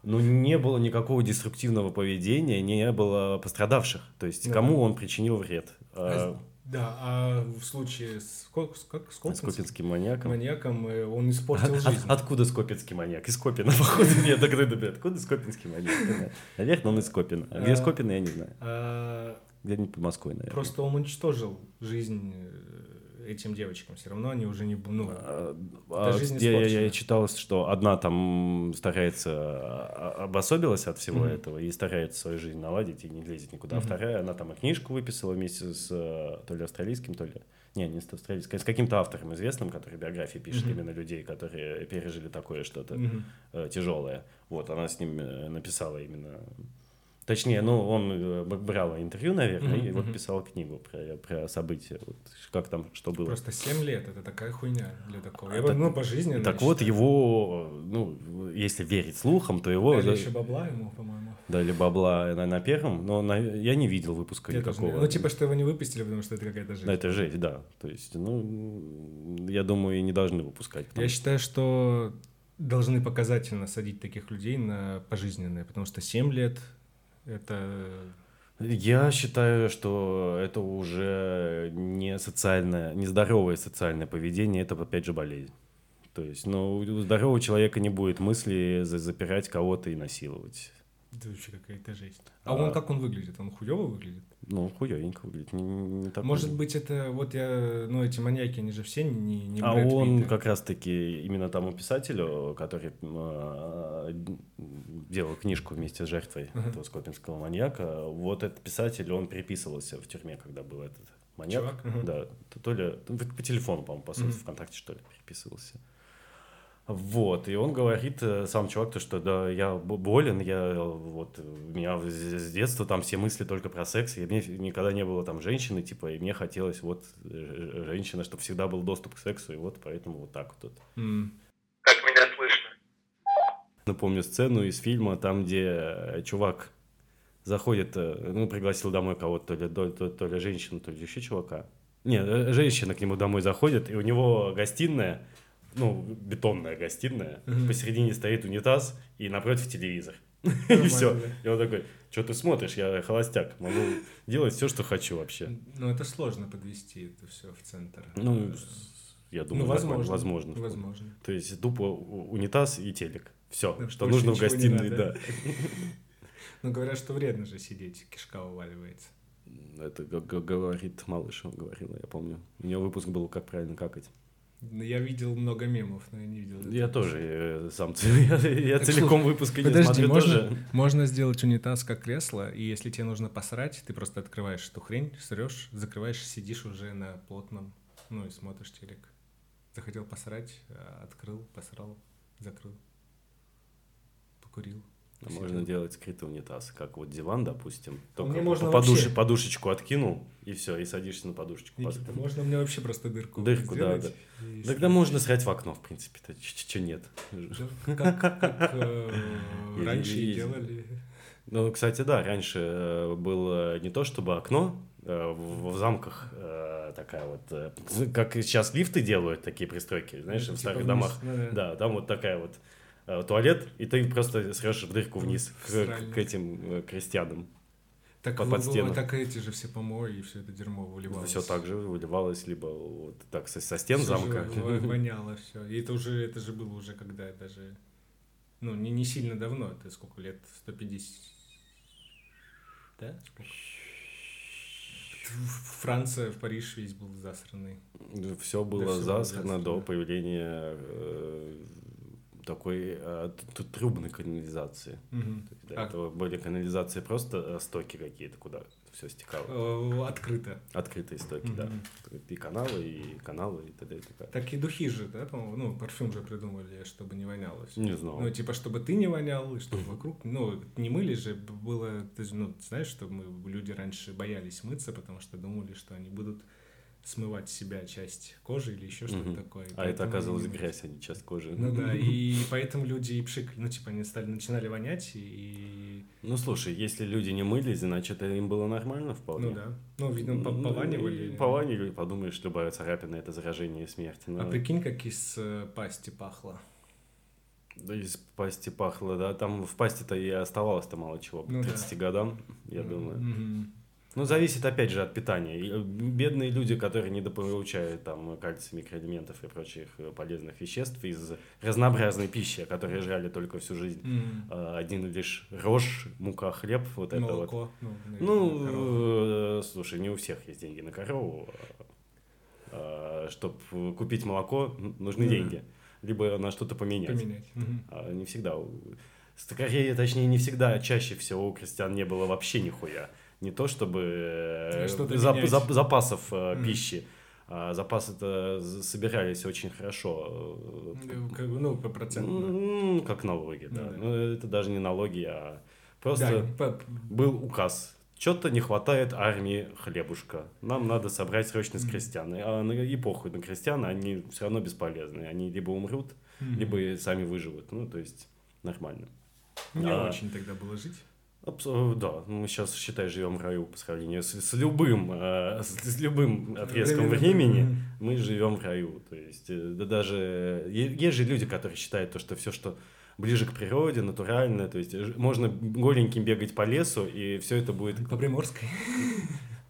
C: ну, не было никакого деструктивного поведения, не было пострадавших. То есть,
B: Ну
C: кому он причинил вред?
B: А
C: А,
B: с- Да, а в случае с, Ко- с- как, с
C: с
B: Колпинским
C: копинским маньяком.
B: маньяком э, он испортил
C: От-
B: жизнь.
C: от- откуда Скопинский маньяк? Из Скопина, походу. Нет, так, да, да, откуда Скопинский маньяк? Да. Наверное, он из Скопина. А
B: А.
C: Где Скопина, я не знаю.
B: А,
C: Где-нибудь под Москвой, наверное.
B: Просто он уничтожил жизнь э, этим девочкам. Все равно они уже не... бу- Ну,
C: А, а,
B: Это жизнь
C: где я, я
B: испорчена.
C: читал, что одна там старается а, обособилась от всего
B: Мгм.
C: этого и старается свою жизнь наладить и не лезет никуда.
B: Мгм.
C: А вторая, она там и книжку выписала вместе с э, то ли австралийским, то ли не, не с австралийским, а с каким-то автором известным, который биографии пишет
B: Мгм.
C: именно людей, которые пережили такое что-то э,
B: мгм.
C: тяжелое. Вот она с ним э, написала именно. Точнее, ну, он э, б- брал интервью, наверное,
B: Мгм,
C: и вот
B: мгм.
C: писал книгу про, про события, вот, как там, что было.
B: Просто 7 лет это такая хуйня для такого.
C: А
B: Я вот,
C: так-
B: ну, по жизни.
C: Так вот, его, э, ну, если верить слухам, то его за-
B: еще бабла ему, по-моему.
C: дали бабла на, на первом, но на- я не видел выпуска
B: Я тоже не-
C: никакого.
B: Ну, типа, что его не выпустили, потому что это какая-то жизнь.
C: Да, это жесть, да. То есть, ну, я думаю, и не должны выпускать. потому
B: Я считаю, что должны показательно садить таких людей на пожизненное, потому что 7 лет это...
C: Я считаю, что это уже не социальное, не здоровое социальное поведение, это опять же болезнь. То есть, ну, у здорового человека не будет мысли за- запирать кого-то и насиловать.
B: это вообще какая-то жесть. А,
C: А-
B: он как он выглядит? Он хуёво выглядит?
C: Ну, хуёвенько выглядит. Не, не такой.
B: Может быть, это вот я... Ну, эти маньяки, они же все не, не
C: А
B: Брэд
C: он
B: Питты.
C: как раз-таки именно тому писателю, который э, делал книжку вместе с жертвой
B: Ага.
C: этого скопинского маньяка, вот этот писатель, он приписывался в тюрьме, когда был этот маньяк.
B: э, Чувак? Мгм.
C: Да, то- то ли ну, вот по телефону, по-моему, по сути,
B: Мгм.
C: ВКонтакте, что ли, переписывался. Вот, и он говорит, э, сам чувак, то, что да, я бо- болен, я э, вот, э, у меня в- с с детства там все мысли только про секс, и мне никогда не было там женщины, типа, и мне хотелось вот э, ж- женщина, чтобы всегда был доступ к сексу, и вот поэтому вот так вот.
B: М.
A: Как меня слышно?
C: Напомню сцену из фильма, там, где э, чувак заходит, э, ну, пригласил домой кого-то, то ли, то, то- то ли женщину, то ли еще чувака. Не, э, женщина к нему домой заходит, и у него гостиная, ну, бетонная гостиная,
B: Мгм.
C: посередине стоит унитаз и напротив телевизор. И
B: Нормально,
C: все.
B: да.
C: И он такой, что ты смотришь, я холостяк, могу делать все, что хочу вообще.
B: Ну, это сложно подвести это все в центр.
C: Ну,
B: Э,
C: с- я
B: ну,
C: думаю, нормально,
B: возможно.
C: возможно.
B: Возможно.
C: То есть тупо у- унитаз и телек. Все,
B: Да,
C: что
B: больше
C: нужно в
B: ничего не
C: гостиной,
B: надо.
C: да.
B: Но говорят, что вредно же сидеть, кишка уваливается.
C: Это г- г- говорит Малышева, говорила, я помню. У нее выпуск был «Как правильно какать».
B: Но я видел много мемов, но я не видел.
C: Я
B: этого.
C: тоже э, сам ц- я, я
B: Так,
C: целиком выпуск не
B: Подожди,
C: смотрю
B: можно,
C: тоже.
B: можно сделать унитаз как кресло, и если тебе нужно посрать, ты просто открываешь эту хрень, срешь, закрываешь, сидишь уже на плотном, ну и смотришь телек. Захотел посрать, а, открыл, посрал, закрыл, покурил.
C: А Можно делать скрытый унитаз, как вот диван, допустим. Только
B: Мне
C: по-
B: можно
C: по подуш-
B: вообще.
C: подушечку откинул, и все, и садишься на подушечку.
B: Никита,
C: Под-
B: можно мне вообще просто дырку
C: Дырку, да,
B: сделать? И
C: Тогда можно срать в окно, в принципе. то ч- Че нет.
B: Да, Как, как, э,
C: Или
B: раньше и
C: есть.
B: делали.
C: Ну, кстати, да, раньше э, было не то чтобы окно, э, в, в замках э, такая вот, э, как сейчас лифты делают такие пристройки, знаешь,
B: Ну,
C: в
B: типа
C: старых
B: вниз,
C: домах.
B: ну да.
C: Да, там вот такая вот э, туалет, и ты просто срешь в дырку вниз к,
B: Сральник.
C: к этим э, крестьянам.
B: Так,
C: под-
B: вы-
C: под
B: вы-
C: стену.
B: так эти же все помои и все это дерьмо выливалось.
C: Все так же выливалось, либо вот так со, со стен
B: Всё
C: замка.
B: же во- воняло все. И это уже, это же было уже когда даже, ну, не, не сильно давно, это сколько лет, 150, да? Сколько? В- Франция, в Париж весь был засранный.
C: Все было
B: всё было
C: засрано
B: засрано.
C: до появления э, такой э, т- трубной канализации.
B: Мгм.
C: То есть До
B: А.
C: этого были канализации просто э, стоки какие-то, куда все стекало.
B: Э, Открыто.
C: Открытые стоки, да.
B: Мгм.
C: И каналы, и каналы, и т.д. и т.п.
B: Так и духи же, да, по-моему, ну, парфюм же придумали, чтобы не воняло. всё.
C: Не знал.
B: Ну, типа, чтобы ты не вонял, и чтобы вокруг... Ну, не мыли же, б- было... Ты же, ну, знаешь, что мы, люди раньше боялись мыться, потому что думали, что они будут смывать с себя часть кожи или еще что-то
C: Мгм.
B: такое. и
C: а это
B: поэтому
C: оказалось
B: они не мылись.
C: грязь, а не часть кожи.
B: Ну да, и поэтому люди и пшик, ну типа они стали, начинали вонять, и...
C: Ну слушай, если люди не мылись, значит это им было нормально вполне.
B: Ну да. Ну, видно, по-
C: Ну,
B: пованивали.
C: и Пованивали, подумаешь, любая царапина это заражение и смерть. Ну,
B: А
C: Но-
B: прикинь, как из э, пасти пахло.
C: Да из пасти пахло, да. Там в пасти-то и оставалось-то мало чего.
B: Ну
C: К
B: да.
C: 30 годам, я думаю.
B: Мгм.
C: Ну, зависит опять же от питания. И, э, Бедные люди, которые недополучают там кальций, микроэлементов и прочих э, полезных веществ из разнообразной пищи, которые жрали только всю жизнь.
B: М.
C: А, Один лишь рожь, мука, хлеб, вот это вот.
B: Молоко. Ну, наверное, коровье.
C: Ну, э, слушай, не у всех есть деньги на корову. Э, Чтобы э, купить молоко, н- нужны
B: Ну да.
C: деньги. Либо на что-то поменять.
B: поменять. Мгм.
C: А Не всегда. у- Скорее, точнее, не всегда, а чаще всего у крестьян не было вообще нихуя. Не то чтобы э,
B: Что-то
C: зап-
B: менять.
C: зап- запасов э,
B: Мгм.
C: пищи. А запасы-то з- собирались очень хорошо. э,
B: Ну, как бы, Ну, по проценту.
C: м, Как налоги, да.
B: Ну да.
C: Ну, это даже не налоги, а просто
B: Да, по-
C: был указ. Что-то не хватает армии хлебушка. Нам надо собрать срочность
B: Мгм.
C: крестьян. А на, и похуй на крестьян, они все равно бесполезны. Они либо умрут,
B: Мгм.
C: либо и сами выживут. Ну, то есть нормально.
B: Не
C: А.
B: очень тогда было жить.
C: Абс- э, да, ну, мы сейчас, считай, живем в раю по сравнению с, с любым, э, с, с любым отрезком
B: Время-
C: времени.
B: Мгм.
C: Мы живем в раю. То есть, э, да даже э, е- есть же люди, которые считают то, что все, что ближе к природе, натурально, то есть э, ж- можно голеньким бегать по лесу, и все это будет...
B: По Приморской.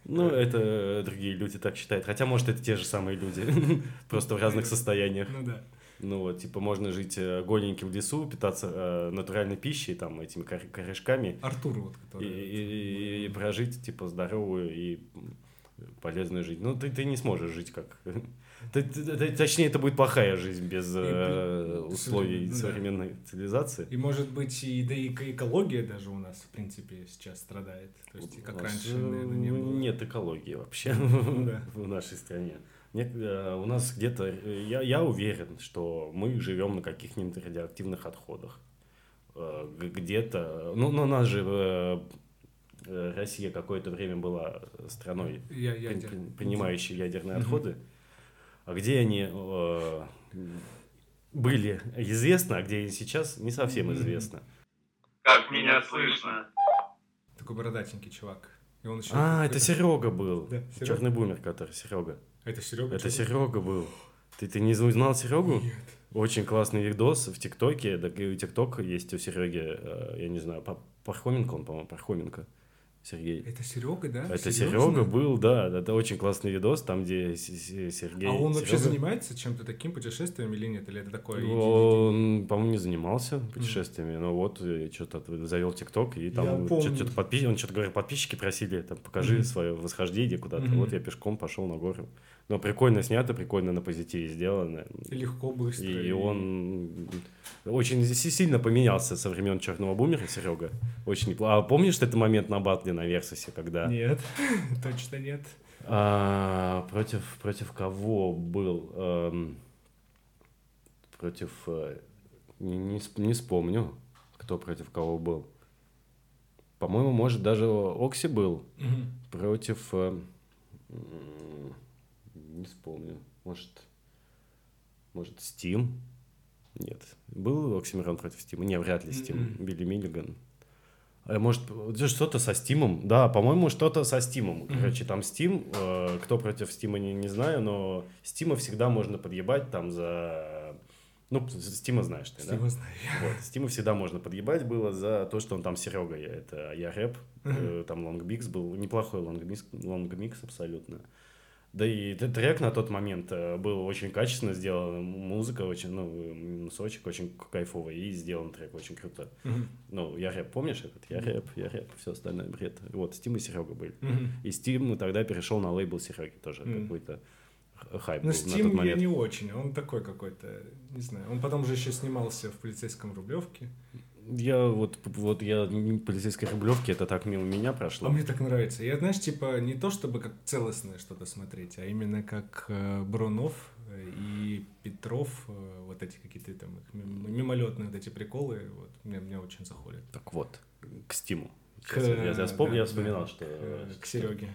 C: Ну, это другие люди так считают. Хотя, может, это те же самые люди, просто в разных состояниях.
B: Ну да.
C: Ну вот, типа, можно жить э, голеньким в лесу, питаться э, натуральной пищей, там, этими кор- корешками,
B: Артур вот,
C: и,
B: который...
C: и- и прожить, типа, здоровую и полезную жизнь. Ну, ты, ты не сможешь жить как... Ты- ты- ты- точнее, это будет плохая жизнь без э,
B: И без-
C: условий
B: да.
C: современной цивилизации.
B: И может быть, и, да и к- экология даже у нас, в принципе, сейчас страдает. То есть, и как
C: У нас,
B: раньше,
C: э,
B: наверное, не было.
C: Нет экологии вообще
B: да.
C: в нашей стране. Нет, э, у нас где-то... э, Я, я уверен, что мы живем на каких-нибудь радиоактивных отходах. Э, г- Где-то... Ну, ну, у нас же э, э, Россия какое-то время была страной,
B: Я, я,
C: при-
B: я-
C: при- принимающей ядерные
B: Мгм.
C: отходы. А где они э, были известно, а где они сейчас, не совсем
B: Мгм.
C: известно.
A: Как меня слышно?
B: Такой бородатенький чувак. И он еще...
C: А, это Серега был.
B: Да, Серега.
C: Черный бумер, который Серега.
B: Это Серега?
C: Это Серега был. Ты, ты не узнал Серегу?
B: Нет.
C: Очень классный видос в ТикТоке, да и ТикТок есть у Сереги, э, я не знаю, Пар- Пархоменко он, по-моему, Пархоменко, Сергей.
B: Это Серега, да?
C: Это
B: Серьёзно?
C: Серега был, да, это очень классный видос, там, где С- С- Сергей...
B: А он вообще
C: Серега-
B: занимается чем-то таким путешествием или нет? Или это такое? иди-
C: Он, по-моему, не занимался путешествиями, но вот э, что-то завел ТикТок, и
B: Я
C: там
B: помню.
C: что-то подпи... он что-то говорил, подписчики просили, там, покажи
B: Мгм.
C: свое восхождение куда-то.
B: Мгм.
C: Вот я пешком пошел на гору. Но прикольно снято, прикольно на позитиве сделано.
B: иди- Легко, быстро.
C: И он очень си- сильно поменялся со времен черного бумера, Серега. Очень непло- А помнишь этот момент на батле на Версусе, когда
B: Нет, точно нет.
C: а, против, против кого был? Эм, против... э, не, не сп- не вспомню, кто против кого был. По-моему, может, даже Окси был
B: Мгм.
C: против... э, м, не вспомню. Может, может, Steam? Нет. Был Оксимирон против Стима? Не, вряд ли Steam.
B: Мгм.
C: Билли Миллиган. А Может, вот здесь что-то со Стимом? Да, по-моему, что-то со Стимом.
B: Мгм.
C: Короче, там Стим, э, кто против Стима, не, не знаю, но Стима всегда можно подъебать там за... Ну, Стима знаешь ты, да?
B: Всего знаю.
C: Вот. Стима всегда можно подъебать было за то, что он там Серега, я- это я рэп, э, там лонгбикс был, неплохой лонгмикс, лонгмикс абсолютно. Да и т- трек на тот момент э, был очень качественно сделан, м- музыка очень, ну, м, сочек очень к- кайфовый, и сделан трек очень круто.
B: Мгм.
C: Ну, я рэп, помнишь этот? Я рэп, я рэп, все остальное бред. Вот, Стим и Серега были.
B: Мгм.
C: И Стим ну, тогда перешел на лейбл Сереги тоже,
B: Мгм.
C: какой-то х- хайп
B: Ну,
C: был на тот
B: Steam я
C: момент.
B: не очень, он такой какой-то, не знаю. Он потом же еще снимался в полицейском Рублевке.
C: Я вот, вот я м, полицейской рублевки, это так мимо меня прошло.
B: А мне так нравится. Я, знаешь, типа не то чтобы как целостное что-то смотреть, а именно как э, Брунов э, и Петров, э, вот эти какие-то там их мим- мимолетные вот эти приколы, вот мне, мне очень заходят.
C: Так вот, к Стиму.
B: К-
C: Сейчас я, я вспом-
B: да,
C: я
B: да,
C: вспоминал,
B: к-
C: что...
B: э, К
C: что-
B: Сереге.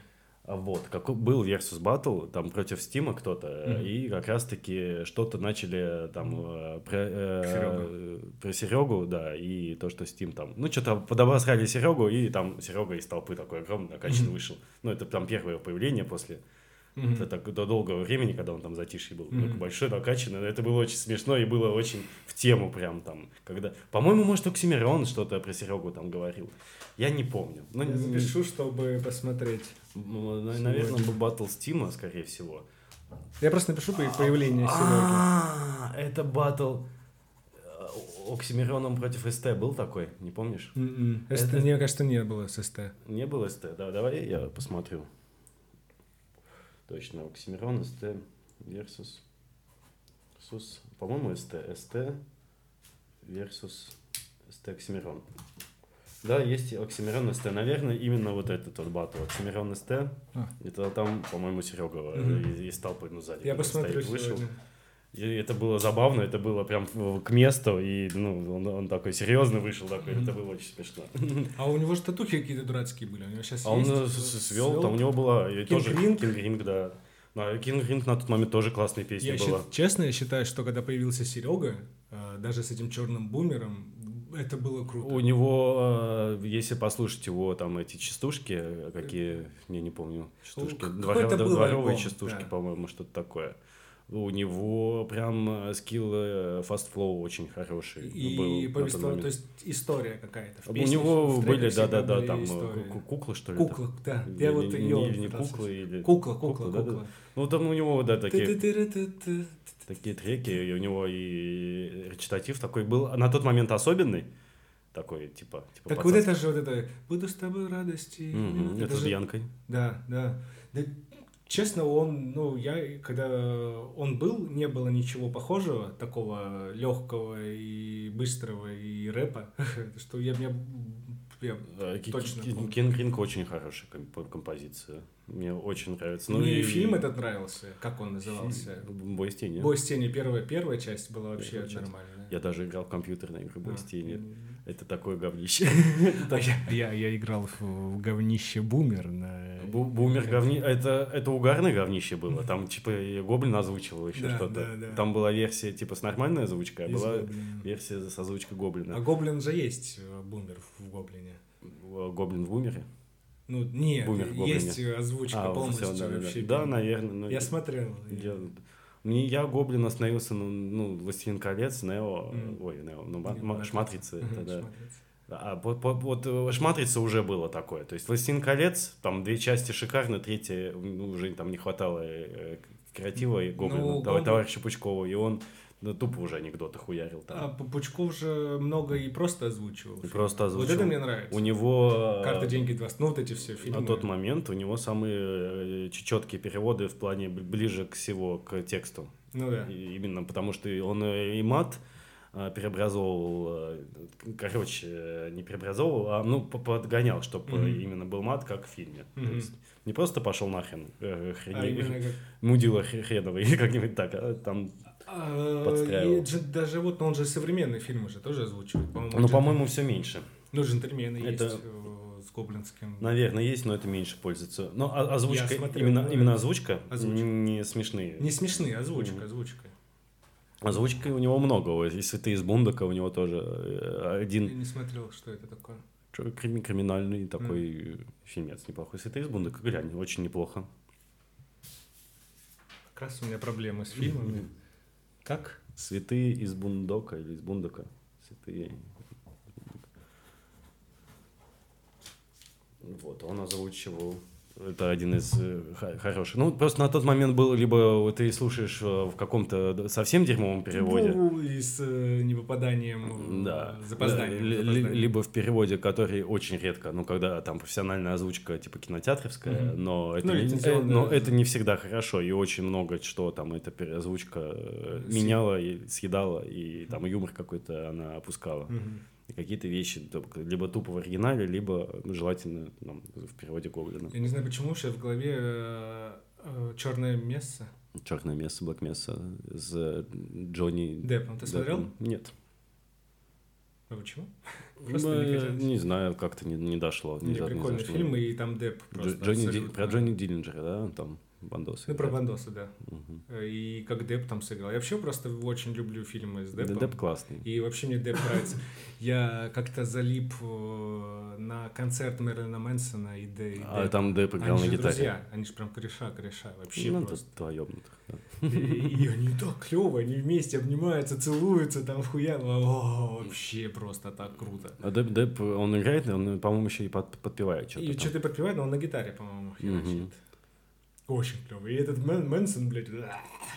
C: А вот, какой был Versus Battle, там против Стима кто-то,
B: Мгм.
C: и как раз-таки что-то начали там э, про, э,
B: Серёгу.
C: про Серегу, да, и то, что Стим там, ну, что-то подобрали Серегу, и там Серега из толпы такой огромный, качественно
B: Мгм.
C: вышел. Ну, это там первое его появление после
B: Мгм.
C: это так до долгого времени, когда он там затишье был, ну,
B: Мгм.
C: большой, накачанный, но это было очень смешно и было очень в тему прям там, когда, по-моему, может, Оксимирон что-то про Серегу там говорил, я не помню, ну,
B: Я
C: не-
B: запишу, чтобы посмотреть.
C: ну, на- наверное, был батл Стима, скорее всего.
B: Я просто напишу по- появление Сереги.
C: А, это батл э, Оксимироном против СТ был такой, не помнишь?
B: Мгм. СТ,
C: Это-
B: Мне кажется, не было с СТ.
C: Не был СТ, да, давай я посмотрю. Точно, Оксимирон, СТ, Версус. Версус, по-моему, СТ, СТ, Версус, СТ, Оксимирон. Да, есть и Оксимирон СТ, наверное, именно вот этот тот батл. Оксимирон СТ,
B: А.
C: это там, по-моему, Серега
B: Мгм.
C: из, из толпы, ну, сзади.
B: Я
C: который
B: посмотрю
C: стоит, вышел.
B: сегодня.
C: И это было забавно, это было прям в- к месту, и ну, он, он такой серьезно вышел, такой, это было очень смешно.
B: А у него же татухи какие-то дурацкие были. У него сейчас
C: А он э, с- свел, там у него была и
B: King
C: тоже
B: Ring.
C: King Ring, да. Но King Ring на тот момент тоже классная песня
B: Я
C: была.
B: щи- честно, я считаю, что когда появился Серега, даже с этим черным бумером, это было круто.
C: У него, э, если послушать его там эти частушки, э, какие, не, не помню, частушки,
B: какой-то
C: дворя-
B: был
C: дворовые
B: альбом,
C: частушки,
B: да.
C: по-моему, что-то такое. У него прям э, скилл э, Fast Flow очень хороший был.
B: И
C: на тот
B: повествование,
C: момент. А
B: то есть история какая-то. В
C: У
B: песне,
C: него
B: в треках
C: были,
B: всегда
C: да-да-да,
B: были
C: там э,
B: истории.
C: ку- ку- кукла, что ли?
B: Кукла, да.
C: это?
B: Я
C: Или-
B: вот
C: или-
B: ее...
C: Или не кукла, или...
B: Кукла, кукла,
C: да-да.
B: кукла.
C: Ну, там у него, да, такие,
B: Ты-ты-ты-ты-ты.
C: такие треки, и у него и речитатив такой был, на тот момент особенный, такой, типа... типа
B: Так вот
C: пацанский.
B: это же вот это «Буду с тобой радости».
C: Мгм,
B: минуты».
C: Это
B: же-
C: с Янкой.
B: Да, да. Да, честно, он, ну, я, когда он был, не было ничего похожего, такого легкого и быстрого и рэпа, что я меня... я-
C: Э, Ки-
B: Точно
C: Ки-
B: помню.
C: Кинг Ринг очень хорошая комп- композиция. Мне очень нравится. Ну,
B: Мне
C: и
B: и фильм этот нравился, как он назывался.
C: Бой с тенью.
B: «Бой с тенью» первая, первая часть была вообще
C: Первая часть.
B: нормальная.
C: Я даже играл в компьютерные игры Бой с
B: А.
C: тенью. Это такое говнище.
B: А я, я- я играл в, в говнище «Бумер» на...
C: Бу- Бумер говни... Это, это угарное говнище было. Там, типа, и Гоблин озвучивал еще
B: Да,
C: что-то.
B: да, да.
C: Там была версия, типа, с нормальной озвучкой, а
B: из
C: была
B: «Гоблина».
C: версия с озвучкой
B: А
C: Гоблина.
B: «Гоблин» же есть э, «Бумер» в «Гоблине».
C: Э, Гоблин в Бумере?
B: Ну, нет,
C: Бумер в А,
B: есть э, озвучка
C: всё,
B: полностью
C: да, да, да.
B: вообще.
C: Да, наверное. но
B: Я смотрел. и-
C: я- Мне я Гоблин остановился на ну, Властелин колец, Нео,
B: Мгм.
C: ой, Нео, ну,
B: Не,
C: Ма- Ма- Шматрица,
B: Мгм,
C: это да.
B: Шматрица.
C: А, по- по- вот э, «Шматрица» уже было такое. То есть «Властелин колец», там две части шикарно, третья ну, уже там не хватало э, к- креатива и Гоблина,
B: Ну,
C: товар-
B: Гоблин-
C: товарища Пучкова, и он ну, тупо уже анекдоты хуярил
B: А
C: там.
B: П- Пучков же много и просто озвучивал.
C: И
B: фильмы.
C: просто озвучил.
B: Вот это мне нравится.
C: У него... э,
B: Карта, деньги, два... Ну, вот эти все фильмы.
C: На тот момент у него самые четкие переводы в плане б- ближе к всего, к тексту.
B: Ну да.
C: И- Именно потому что и он э, и мат э, преобразовывал, э, к- короче, э, не преобразовывал, а ну по- подгонял, чтобы
B: Мгм.
C: именно был мат, как в фильме. То
B: Мгм.
C: есть не просто пошел нахрен, э, хрен-
B: А именно как...
C: мудила хре- хреновый или как-нибудь так, а там,
B: А,
C: Подстраивал.
B: и джи- даже вот, ну, он же современные фильмы же тоже озвучивает, по-моему.
C: ну
B: джи-
C: по-моему все меньше.
B: Ну, джентльмены
C: Это-
B: есть э, с гоблинским.
C: Наверное, есть, но это меньше пользуется. Но а- озвучка,
B: Я смотрел,
C: именно,
B: да.
C: именно озвучка,
B: Озвучка.
C: не смешные.
B: Не смешные, озвучка,
C: Мгм.
B: озвучка.
C: Озвучка у него много. Вот Если ты из Бундака, у него тоже э,
B: Я
C: один
B: не смотрел, что это такое.
C: чё, крим- криминальный такой э, фильмец неплохой. Если ты из Бундака, глянь, очень неплохо.
B: Как раз у меня проблемы с фильмами. Как?
C: Святые из Бундока или из Бундака. Святые. Вот, он озвучивал. Это один из э, хо- хороших. Ну, просто на тот момент был, либо вот ты слушаешь э, в каком-то д- совсем дерьмовом переводе.
B: Ну, И с э, невыпаданием,
C: Да.
B: э, запозданием.
C: Л- л-
B: запозданием.
C: Либо в переводе, который очень редко, ну, когда там профессиональная озвучка, типа кинотеатровская,
B: Мгм.
C: но, это
B: Ну,
C: не,
B: лицензионная
C: э, но
B: озвучка.
C: это не всегда хорошо, и очень много что там эта переозвучка э,
B: Съ-
C: меняла и съедала, и там юмор какой-то она опускала.
B: Мгм.
C: И какие-то вещи тупо- либо тупо в оригинале, либо ну, желательно ну, в переводе Гоблина.
B: Я не знаю, почему сейчас в голове э, э, черное мясо.
C: Черное место, Блэк Месса с э, Джонни...
B: Деппом. ну, Ты смотрел?
C: Деппом. Нет.
B: А почему? Просто
C: Э,
B: не хотелось.
C: не знаю, как-то не, не дошло. не
B: Не,
C: за- не
B: прикольный
C: зашло.
B: фильм, и там Депп
C: Дж-
B: просто
C: Джонни Ди-
B: абсолютно.
C: Про Джонни Диллинджера, да, он там бандосы.
B: Ну, про
C: играет.
B: Бандоса, да. Э,
C: Мгм.
B: И как Депп там сыграл. Я вообще просто очень люблю фильмы с
C: Да,
B: Деппом.
C: Депп классный.
B: И вообще мне Депп нравится. Я как-то залип э, на концерт Мерлина Мэнсона и Дэ- и
C: А
B: Депп.
C: там Депп играл
B: Они
C: на
B: же
C: гитаре.
B: друзья, они же прям кореша, кореша вообще
C: Ну,
B: просто.
C: тут вдвоем.
B: И, и они так клево, они вместе обнимаются, целуются, там хуя. О, вообще просто так круто.
C: А Депп, Депп, он играет, он, по-моему, еще и под- подпевает что-то.
B: И
C: там.
B: что-то подпевает, но Ну, он на гитаре, по-моему, херачит.
C: Мгм.
B: Очень клево. И этот Мэн- Мэнсон, блядь,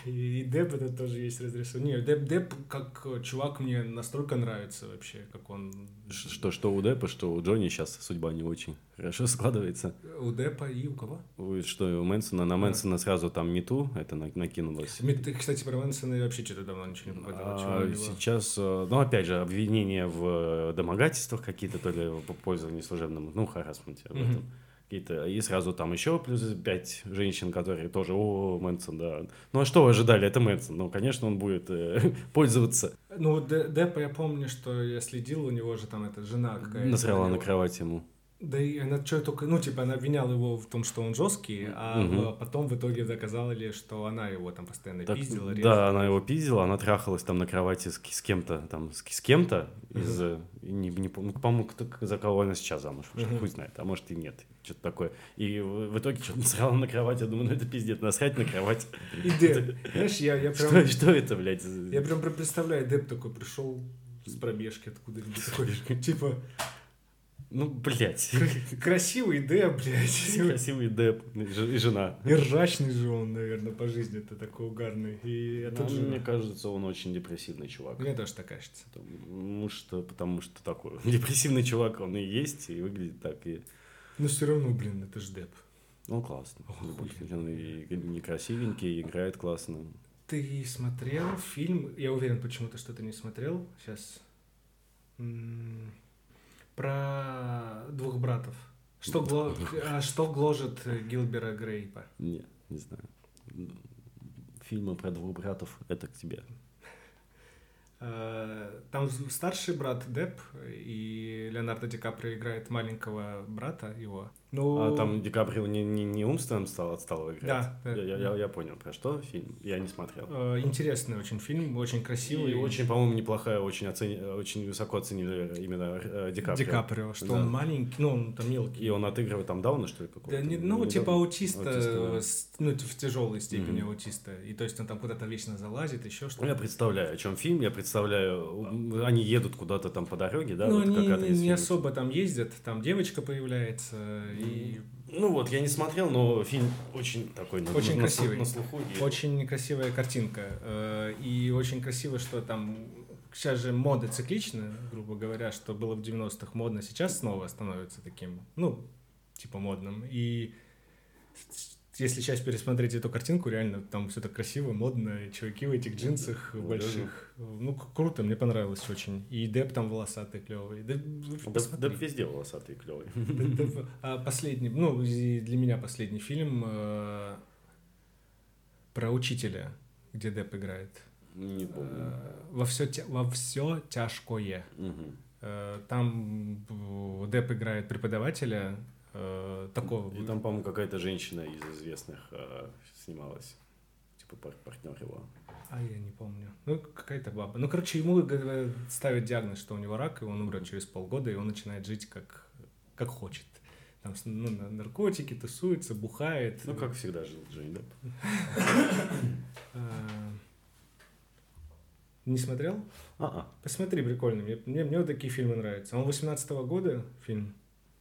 B: и Деп это тоже есть разрешен. Не, Деп, Деп как э, чувак мне настолько нравится вообще, как он...
C: Ш- Что, что у Деппа, что у Джонни сейчас судьба не очень хорошо складывается.
B: У Депа и у кого?
C: Ой, Что и у Мэнсона, на Мэнсона сразу там мету, это на- накинулось.
B: Мне, ты, кстати, про Мэнсона я вообще что-то давно ничего не попадало. чего у
C: А
B: него.
C: сейчас, э, ну, опять же, обвинения в э, домогательствах какие-то, то ли в пользовании служебным, ну, харасменте в
B: Мгм.
C: этом. Какие-то, и сразу там еще плюс пять женщин, которые тоже, о, Мэнсон, да. Ну, а что вы ожидали? Это Мэнсон. Ну, конечно, он будет э, пользоваться.
B: Ну, у Де- Депа я помню, что я следил, у него же там эта жена какая-то.
C: Насрала на
B: него.
C: кровать ему.
B: Да и она что только, ну, типа, она обвиняла его в том, что он жесткий, а
C: Мгм.
B: в- потом в итоге доказала ли, что она его там постоянно
C: Так,
B: пиздила, резала.
C: да, она его пиздила, она трахалась там на кровати с, ки- с кем-то, там, с, ки- с кем-то из, э, не, не помню, ну, по-моему, кто- за кого она сейчас замуж вышла,
B: Мгм.
C: хуй знает, а может и нет, что-то такое. И в, в итоге что-то насрала на кровать, я думаю, ну это пиздец, насрать на кровать.
B: И Деп, знаешь, я, я прям...
C: Что, что это, блядь? за-
B: Я прям пр- представляю, Деп такой пришел с пробежки откуда-нибудь такой, типа,
C: Ну, блядь.
B: красивый Деп, блядь. типа,
C: Красивый деп и ж- и жена.
B: И ржачный же он, наверное, по жизни-то такой угарный. И
C: Ну,
B: этот же...
C: Мне кажется, он очень депрессивный чувак.
B: Мне тоже так кажется.
C: Потому что, потому что такой депрессивный чувак, он и есть, и выглядит так, и ну,
B: Но все равно, блин, это же Деп.
C: Он классный.
B: Ох, блин.
C: Он и некрасивенький, и играет классно.
B: Ты смотрел фильм, я уверен, почему-то что ты не смотрел сейчас, М, про двух братов. Что, гло- а, что гложет Гилбера Грейпа?
C: Не, не знаю. Фильмы про двух братов — это к тебе.
B: Э, Там с- старший брат Деп и Леонардо Ди Каприо играет маленького брата его. Ну,
C: А там Ди Каприо не, не, не умственным стал отсталого играть?
B: Да, да.
C: Я, я- я- я понял, про что фильм. Я не смотрел.
B: э, интересный очень фильм, очень красивый.
C: И очень, по-моему, неплохая, очень, оцени- очень высоко оценили именно э, Ди
B: Ди
C: Каприо.
B: Каприо, что
C: Да.
B: он маленький, ну, он там мелкий.
C: И он отыгрывает там Дауна, что ли, какого-то?
B: Да, не- ну,
C: Не
B: типа
C: Дауна,
B: аутиста,
C: аутиста, да.
B: с- ну, в тяжелой степени
C: Мгм.
B: аутиста. И то есть он там куда-то вечно залазит, еще
C: Ну, Я
B: что-то.
C: представляю, о чем фильм, я представляю, м, они едут куда-то там по дороге, да?
B: ну,
C: вот
B: они
C: как
B: не,
C: адрес
B: не
C: фильма.
B: особо там ездят, там девочка появляется, и
C: Ну вот, я не смотрел, но фильм очень такой... на-
B: Очень
C: на- на слу-
B: красивый.
C: На слуху. и-
B: очень красивая картинка. э, И очень красиво, что там... Сейчас же мода циклична, грубо говоря, что было в 90-х модно, сейчас снова становится таким, ну, типа модным. И с- если сейчас пересмотреть эту картинку, реально там все так красиво, модно, и чуваки в этих джинсах
C: Ну, да.
B: больших. Ну, к- круто, мне понравилось очень. И Деп там волосатый, клевый. Да, вы
C: Да, да
B: посмотри.
C: везде волосатый клевый.
B: А Последний, ну, и для меня последний фильм э, про учителя, где Деп играет.
C: Не помню.
B: Э, Во все, во все тяжкое.
C: Мгм.
B: Э, Там м, Деп играет преподавателя э, такого.
C: И там, по-моему, какая-то женщина из известных э, снималась. Типа пар- партнер его.
B: А я не помню. Ну, какая-то баба. Ну, короче, ему г- ставят диагноз, что у него рак, и он умрет через полгода, и он начинает жить как, как хочет. Там с- ну, на- наркотики, тусуется, бухает.
C: Ну, как всегда жил Джонни Депп.
B: Э, Не смотрел?
C: А-а.
B: Посмотри, прикольно. Мне, мне, мне вот такие фильмы нравятся. Он 18 года фильм.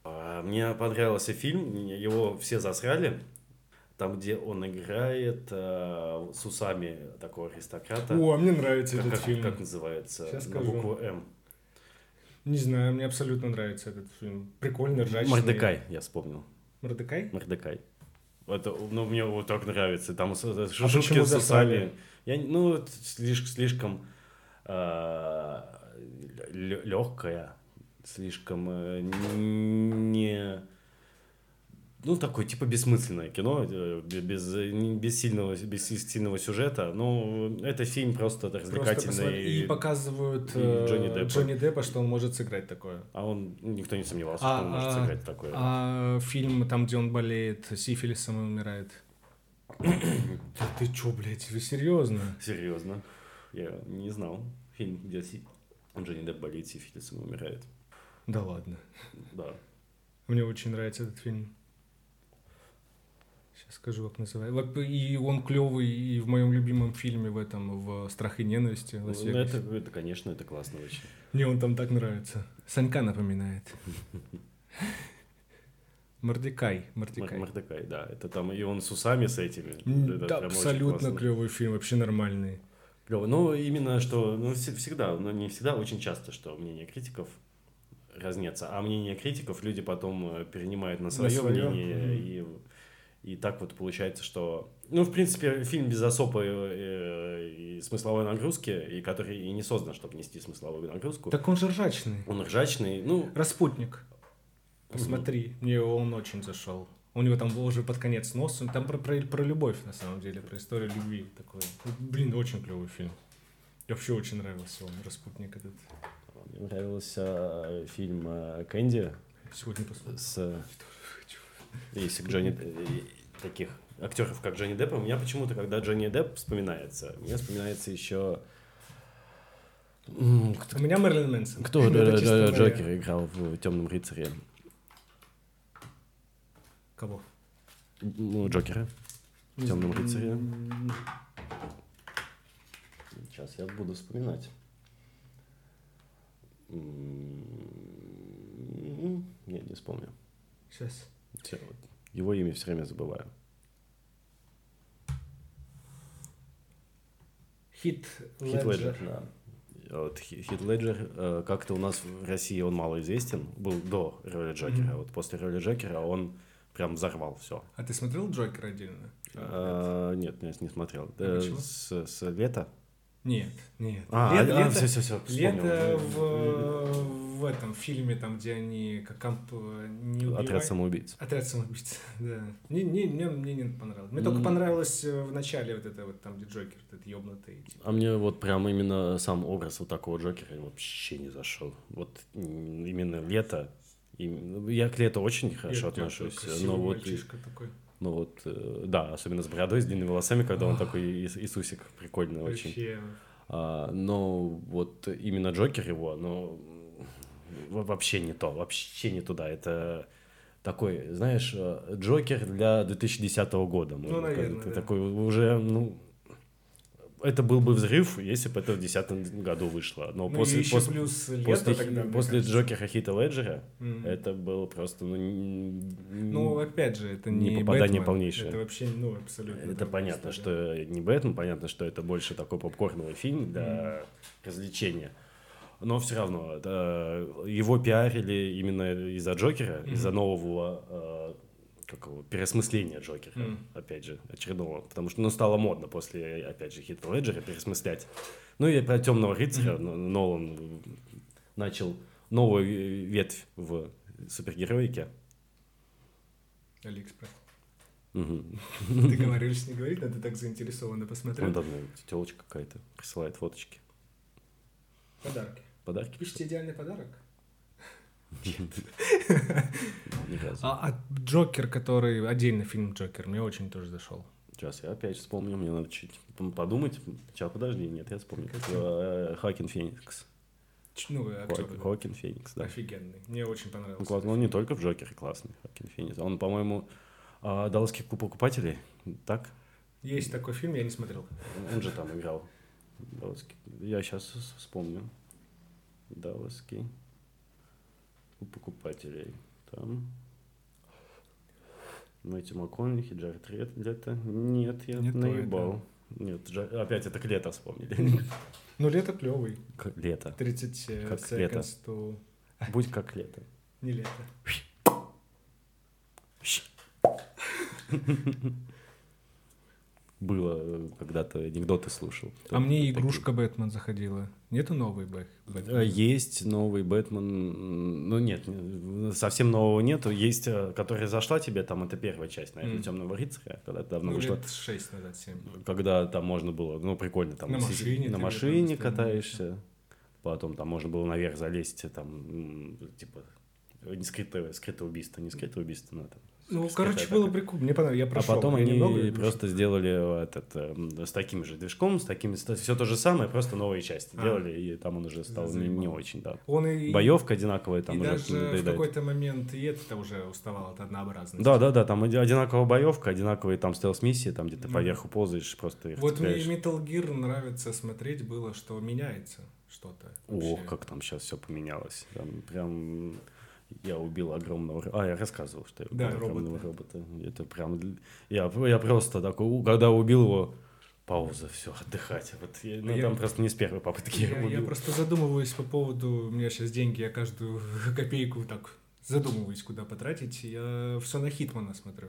C: А, Мне понравился фильм, его все засрали. Там, где он играет э, с усами такого аристократа.
B: О, а мне нравится
C: как,
B: этот
C: как-
B: фильм.
C: как называется?
B: Щас
C: На
B: скажу.
C: букву М.
B: Не знаю, мне абсолютно нравится этот фильм. Прикольный, ржачный.
C: Мордекай, я вспомнил.
B: Мордекай?
C: Мордекай. Это, ну, мне вот так нравится. Там с- с-
B: А
C: шутки
B: почему
C: с
B: засрали?
C: усами. Я, не- ну, это слишком, слишком э, легкая, слишком э, не... Ну, такое, типа, бессмысленное кино, э, бе- без, э, не- без, сильного, без сильного сюжета. Ну, это фильм просто
B: Просто
C: развлекательный.
B: посмотри. И показывают
C: и
B: э,
C: Джонни Деппа.
B: Джонни Деппа, что он может сыграть такое.
C: А он, никто не сомневался,
B: А,
C: что он может
B: а,
C: сыграть такое.
B: А фильм там, где он болеет сифилисом и умирает. Да ты чё, блядь, вы серьезно?
C: Серьезно. Я не знал. Фильм, где Си- Джонни Депп болеет сифилисом и умирает.
B: Да ладно.
C: Да.
B: Мне очень нравится этот фильм. Сейчас скажу, как называется. Вот и он клевый, и в моем любимом фильме в этом, в «Страх и ненависти» в
C: Ну,
B: Лас-Вегасе.
C: это, это, конечно, это классно очень.
B: Мне он там так нравится. Санька напоминает. Мордекай,
C: Мор-
B: Мордекай.
C: Мордекай, да. Это там и он с усами с этими.
B: М, Да,
C: Это прям очень
B: абсолютно
C: классно.
B: клевый фильм, вообще нормальный.
C: Клёво. Ну, именно что, ну, вс- всегда, но не всегда, а очень часто, что мнение критиков разнятся. А мнение критиков люди потом э, перенимают на свое,
B: своё.
C: мнение. И, и так вот получается, что... Ну, в принципе, фильм без особой э, и смысловой нагрузки, и который и не создан, чтобы нести смысловую нагрузку.
B: Так он же ржачный.
C: Он ржачный, ну...
B: Распутник. Посмотри, мне он очень зашел. У него там был уже под конец нос, там про, про, про любовь на самом деле, про историю любви такой. Блин, очень клевый фильм. Я вообще очень нравился он, Распутник этот.
C: Мне нравился э, фильм э, «Кэнди»
B: Сегодня посмотрел.
C: с... э, Если к Джонни... э, Таких актеров, как Джонни Депп, у меня почему-то, когда Джонни Депп вспоминается, мне вспоминается еще... М,
B: У меня Мерлин Мэнсон.
C: Кто
B: Это
C: Дж-
B: чисто
C: Дж-
B: моя-
C: Джокера играл в «Темном рыцаре»?
B: Кого?
C: Ну, Джокера. В «Темном рыцаре».
B: М,
C: Сейчас я буду вспоминать. М, Нет, не вспомню.
B: Сейчас.
C: Всё, вот. Его имя все время забываю.
B: Хит
C: Хит Леджер,
B: Леджер.
C: да. Вот Хи- Хит Леджер э, как-то у нас в России он мало известен, был до роли Джокера,
B: Мгм.
C: вот после роли Джокера он прям взорвал все.
B: А ты смотрел Джокер отдельно?
C: А. нет, я не смотрел.
B: А
C: Э,
B: почему?
C: с, с лета.
B: Нет, нет.
C: А,
B: Лето- лето-
C: все, все, все.
B: Лето
C: Э,
B: в, в этом фильме, там, где они как комп э, не убивают.
C: Отряд самоубийц.
B: Отряд самоубийц, да. Не, не, мне, мне не понравилось. Мне
C: М.
B: только понравилось э, в начале вот это вот там, где Джокер, вот этот ёбнутый. типа.
C: А мне вот прям именно сам образ вот такого Джокера вообще не зашел. Вот м, именно лето И я к лету очень хорошо
B: Я- я
C: отношусь.
B: такой
C: Но
B: красивый
C: вот,
B: мальчишка такой.
C: ну вот, э, да, особенно с бородой, с длинными волосами, когда он такой Иис- Иисусик прикольный ну, очень.
B: Вообще.
C: А, но вот именно Джокер его, ну, во- вообще не то, вообще не туда. Это такой, знаешь, э, Джокер для 2010 года.
B: Ну, наверное,
C: сказать. Ты
B: да.
C: такой уже, ну, это был бы взрыв, если бы это в 2010 году вышло. Но
B: Ну,
C: после,
B: и еще
C: после,
B: плюс лето
C: после,
B: тогда, мне
C: после
B: кажется.
C: Джокера Хита Леджера
B: Мгм.
C: это было просто, ну, н-
B: Ну, опять же, это не
C: не попадание
B: Бэтмен.
C: полнейшее.
B: Это вообще, ну, абсолютно.
C: Это
B: там
C: понятно,
B: просто,
C: что не Бэтмен, понятно, что это больше такой попкорновый фильм для развлечения. Но все равно это, его пиарили именно из-за Джокера,
B: Мгм.
C: из-за нового э, как его, переосмысления Джокера,
B: Мгм.
C: опять же, очередного. Потому что ну, стало модно после, опять же, Хита Леджера пересмыслять. Ну и про Темного рыцаря Н- Нолан начал новую э, ветвь в супергероике.
B: да. Алиэкспресс.
C: Мгм.
B: Ты говоришь, не говорить, но ты так заинтересованно
C: Там
B: посмотрел.
C: давно телочка какая-то присылает фоточки.
B: Подарки.
C: Подарки?
B: Ищите идеальный подарок.
C: Ни разу.
B: А, а Джокер, который... Отдельно фильм Джокер, мне очень тоже зашел.
C: Сейчас я опять вспомню, мне надо чуть пом- подумать. Сейчас, подожди, нет, я вспомнил. Э, Хакин Феникс.
B: Ч- Ну, актер.
C: Хо- Хокин Феникс, да.
B: Офигенный. Мне очень
C: Ну,
B: понравился.
C: класс- Он не только в Джокере классный, Хакин Феникс. а Он, по-моему, э, дал скидку покупателей, так?
B: Есть такой фильм, я не смотрел.
C: Он же там играл. Далласский. Я сейчас вспомню. Далласский. У покупателей. Там. Мэтью МакКонахи, Джаред Ред, лето. Нет, я
B: Не то
C: наебал. Нет, Джа- опять это к лето вспомнили.
B: Ну, лето клевый.
C: К лето.
B: 30 э,
C: Как
B: seconds
C: лето.
B: to...
C: Будь как лето.
B: Не лето.
C: Было э, когда-то анекдоты слушал.
B: А мне
C: Такие.
B: игрушка Бэтмен заходила. Нету новый Бэк?
C: Э, Есть новый Бэтмен, м, ну нет, не- совсем нового нету. Есть, э, которая зашла тебе, там это первая часть, наверное,
B: Мгм.
C: Темного рыцаря, когда давно
B: Ну,
C: вышла.
B: лет 6 назад, 7.
C: Когда там можно было, ну прикольно, там
B: На
C: си-
B: машине
C: на
B: ты
C: машине
B: там
C: катаешься, потом там можно было наверх залезть, там м, типа не скрытое, скрытое убийство, не скрытое убийство, но там.
B: Ну,
C: скрытое
B: короче,
C: атака.
B: было прикольно. Мне понравилось. Я
C: А
B: прошел.
C: потом
B: Я
C: они
B: немного люблю.
C: просто сделали этот, эм, с таким же движком, с таким, все то же самое, просто новые части
B: А.
C: делали, и там он уже стал не, не
B: Заебало.
C: очень, да,
B: Он и...
C: Боевка одинаковая, там
B: и
C: уже
B: даже в
C: надоедает.
B: какой-то момент и это уже уставал от однообразности.
C: Да, да, да, там оди- одинаковая боевка, одинаковые там стелс-миссии, там где ты
B: Мгм.
C: поверху ползаешь, просто их
B: Вот мне
C: цепляешь.
B: Metal Gear нравится смотреть было, что меняется что-то.
C: О,
B: вообще.
C: как там сейчас все поменялось. Там прям я убил огромного... ро- А, я рассказывал, что я убил
B: Да,
C: огромного робота. Это прям... дл- Я, я просто такой, у, когда убил его, пауза, все, отдыхать. Вот я, ну,
B: Я-
C: там просто не с первой попытки я,
B: Я,
C: его
B: я
C: убил.
B: просто задумываюсь по поводу... У меня сейчас деньги, я каждую копейку так задумываюсь, куда потратить. Я все на Хитмана смотрю.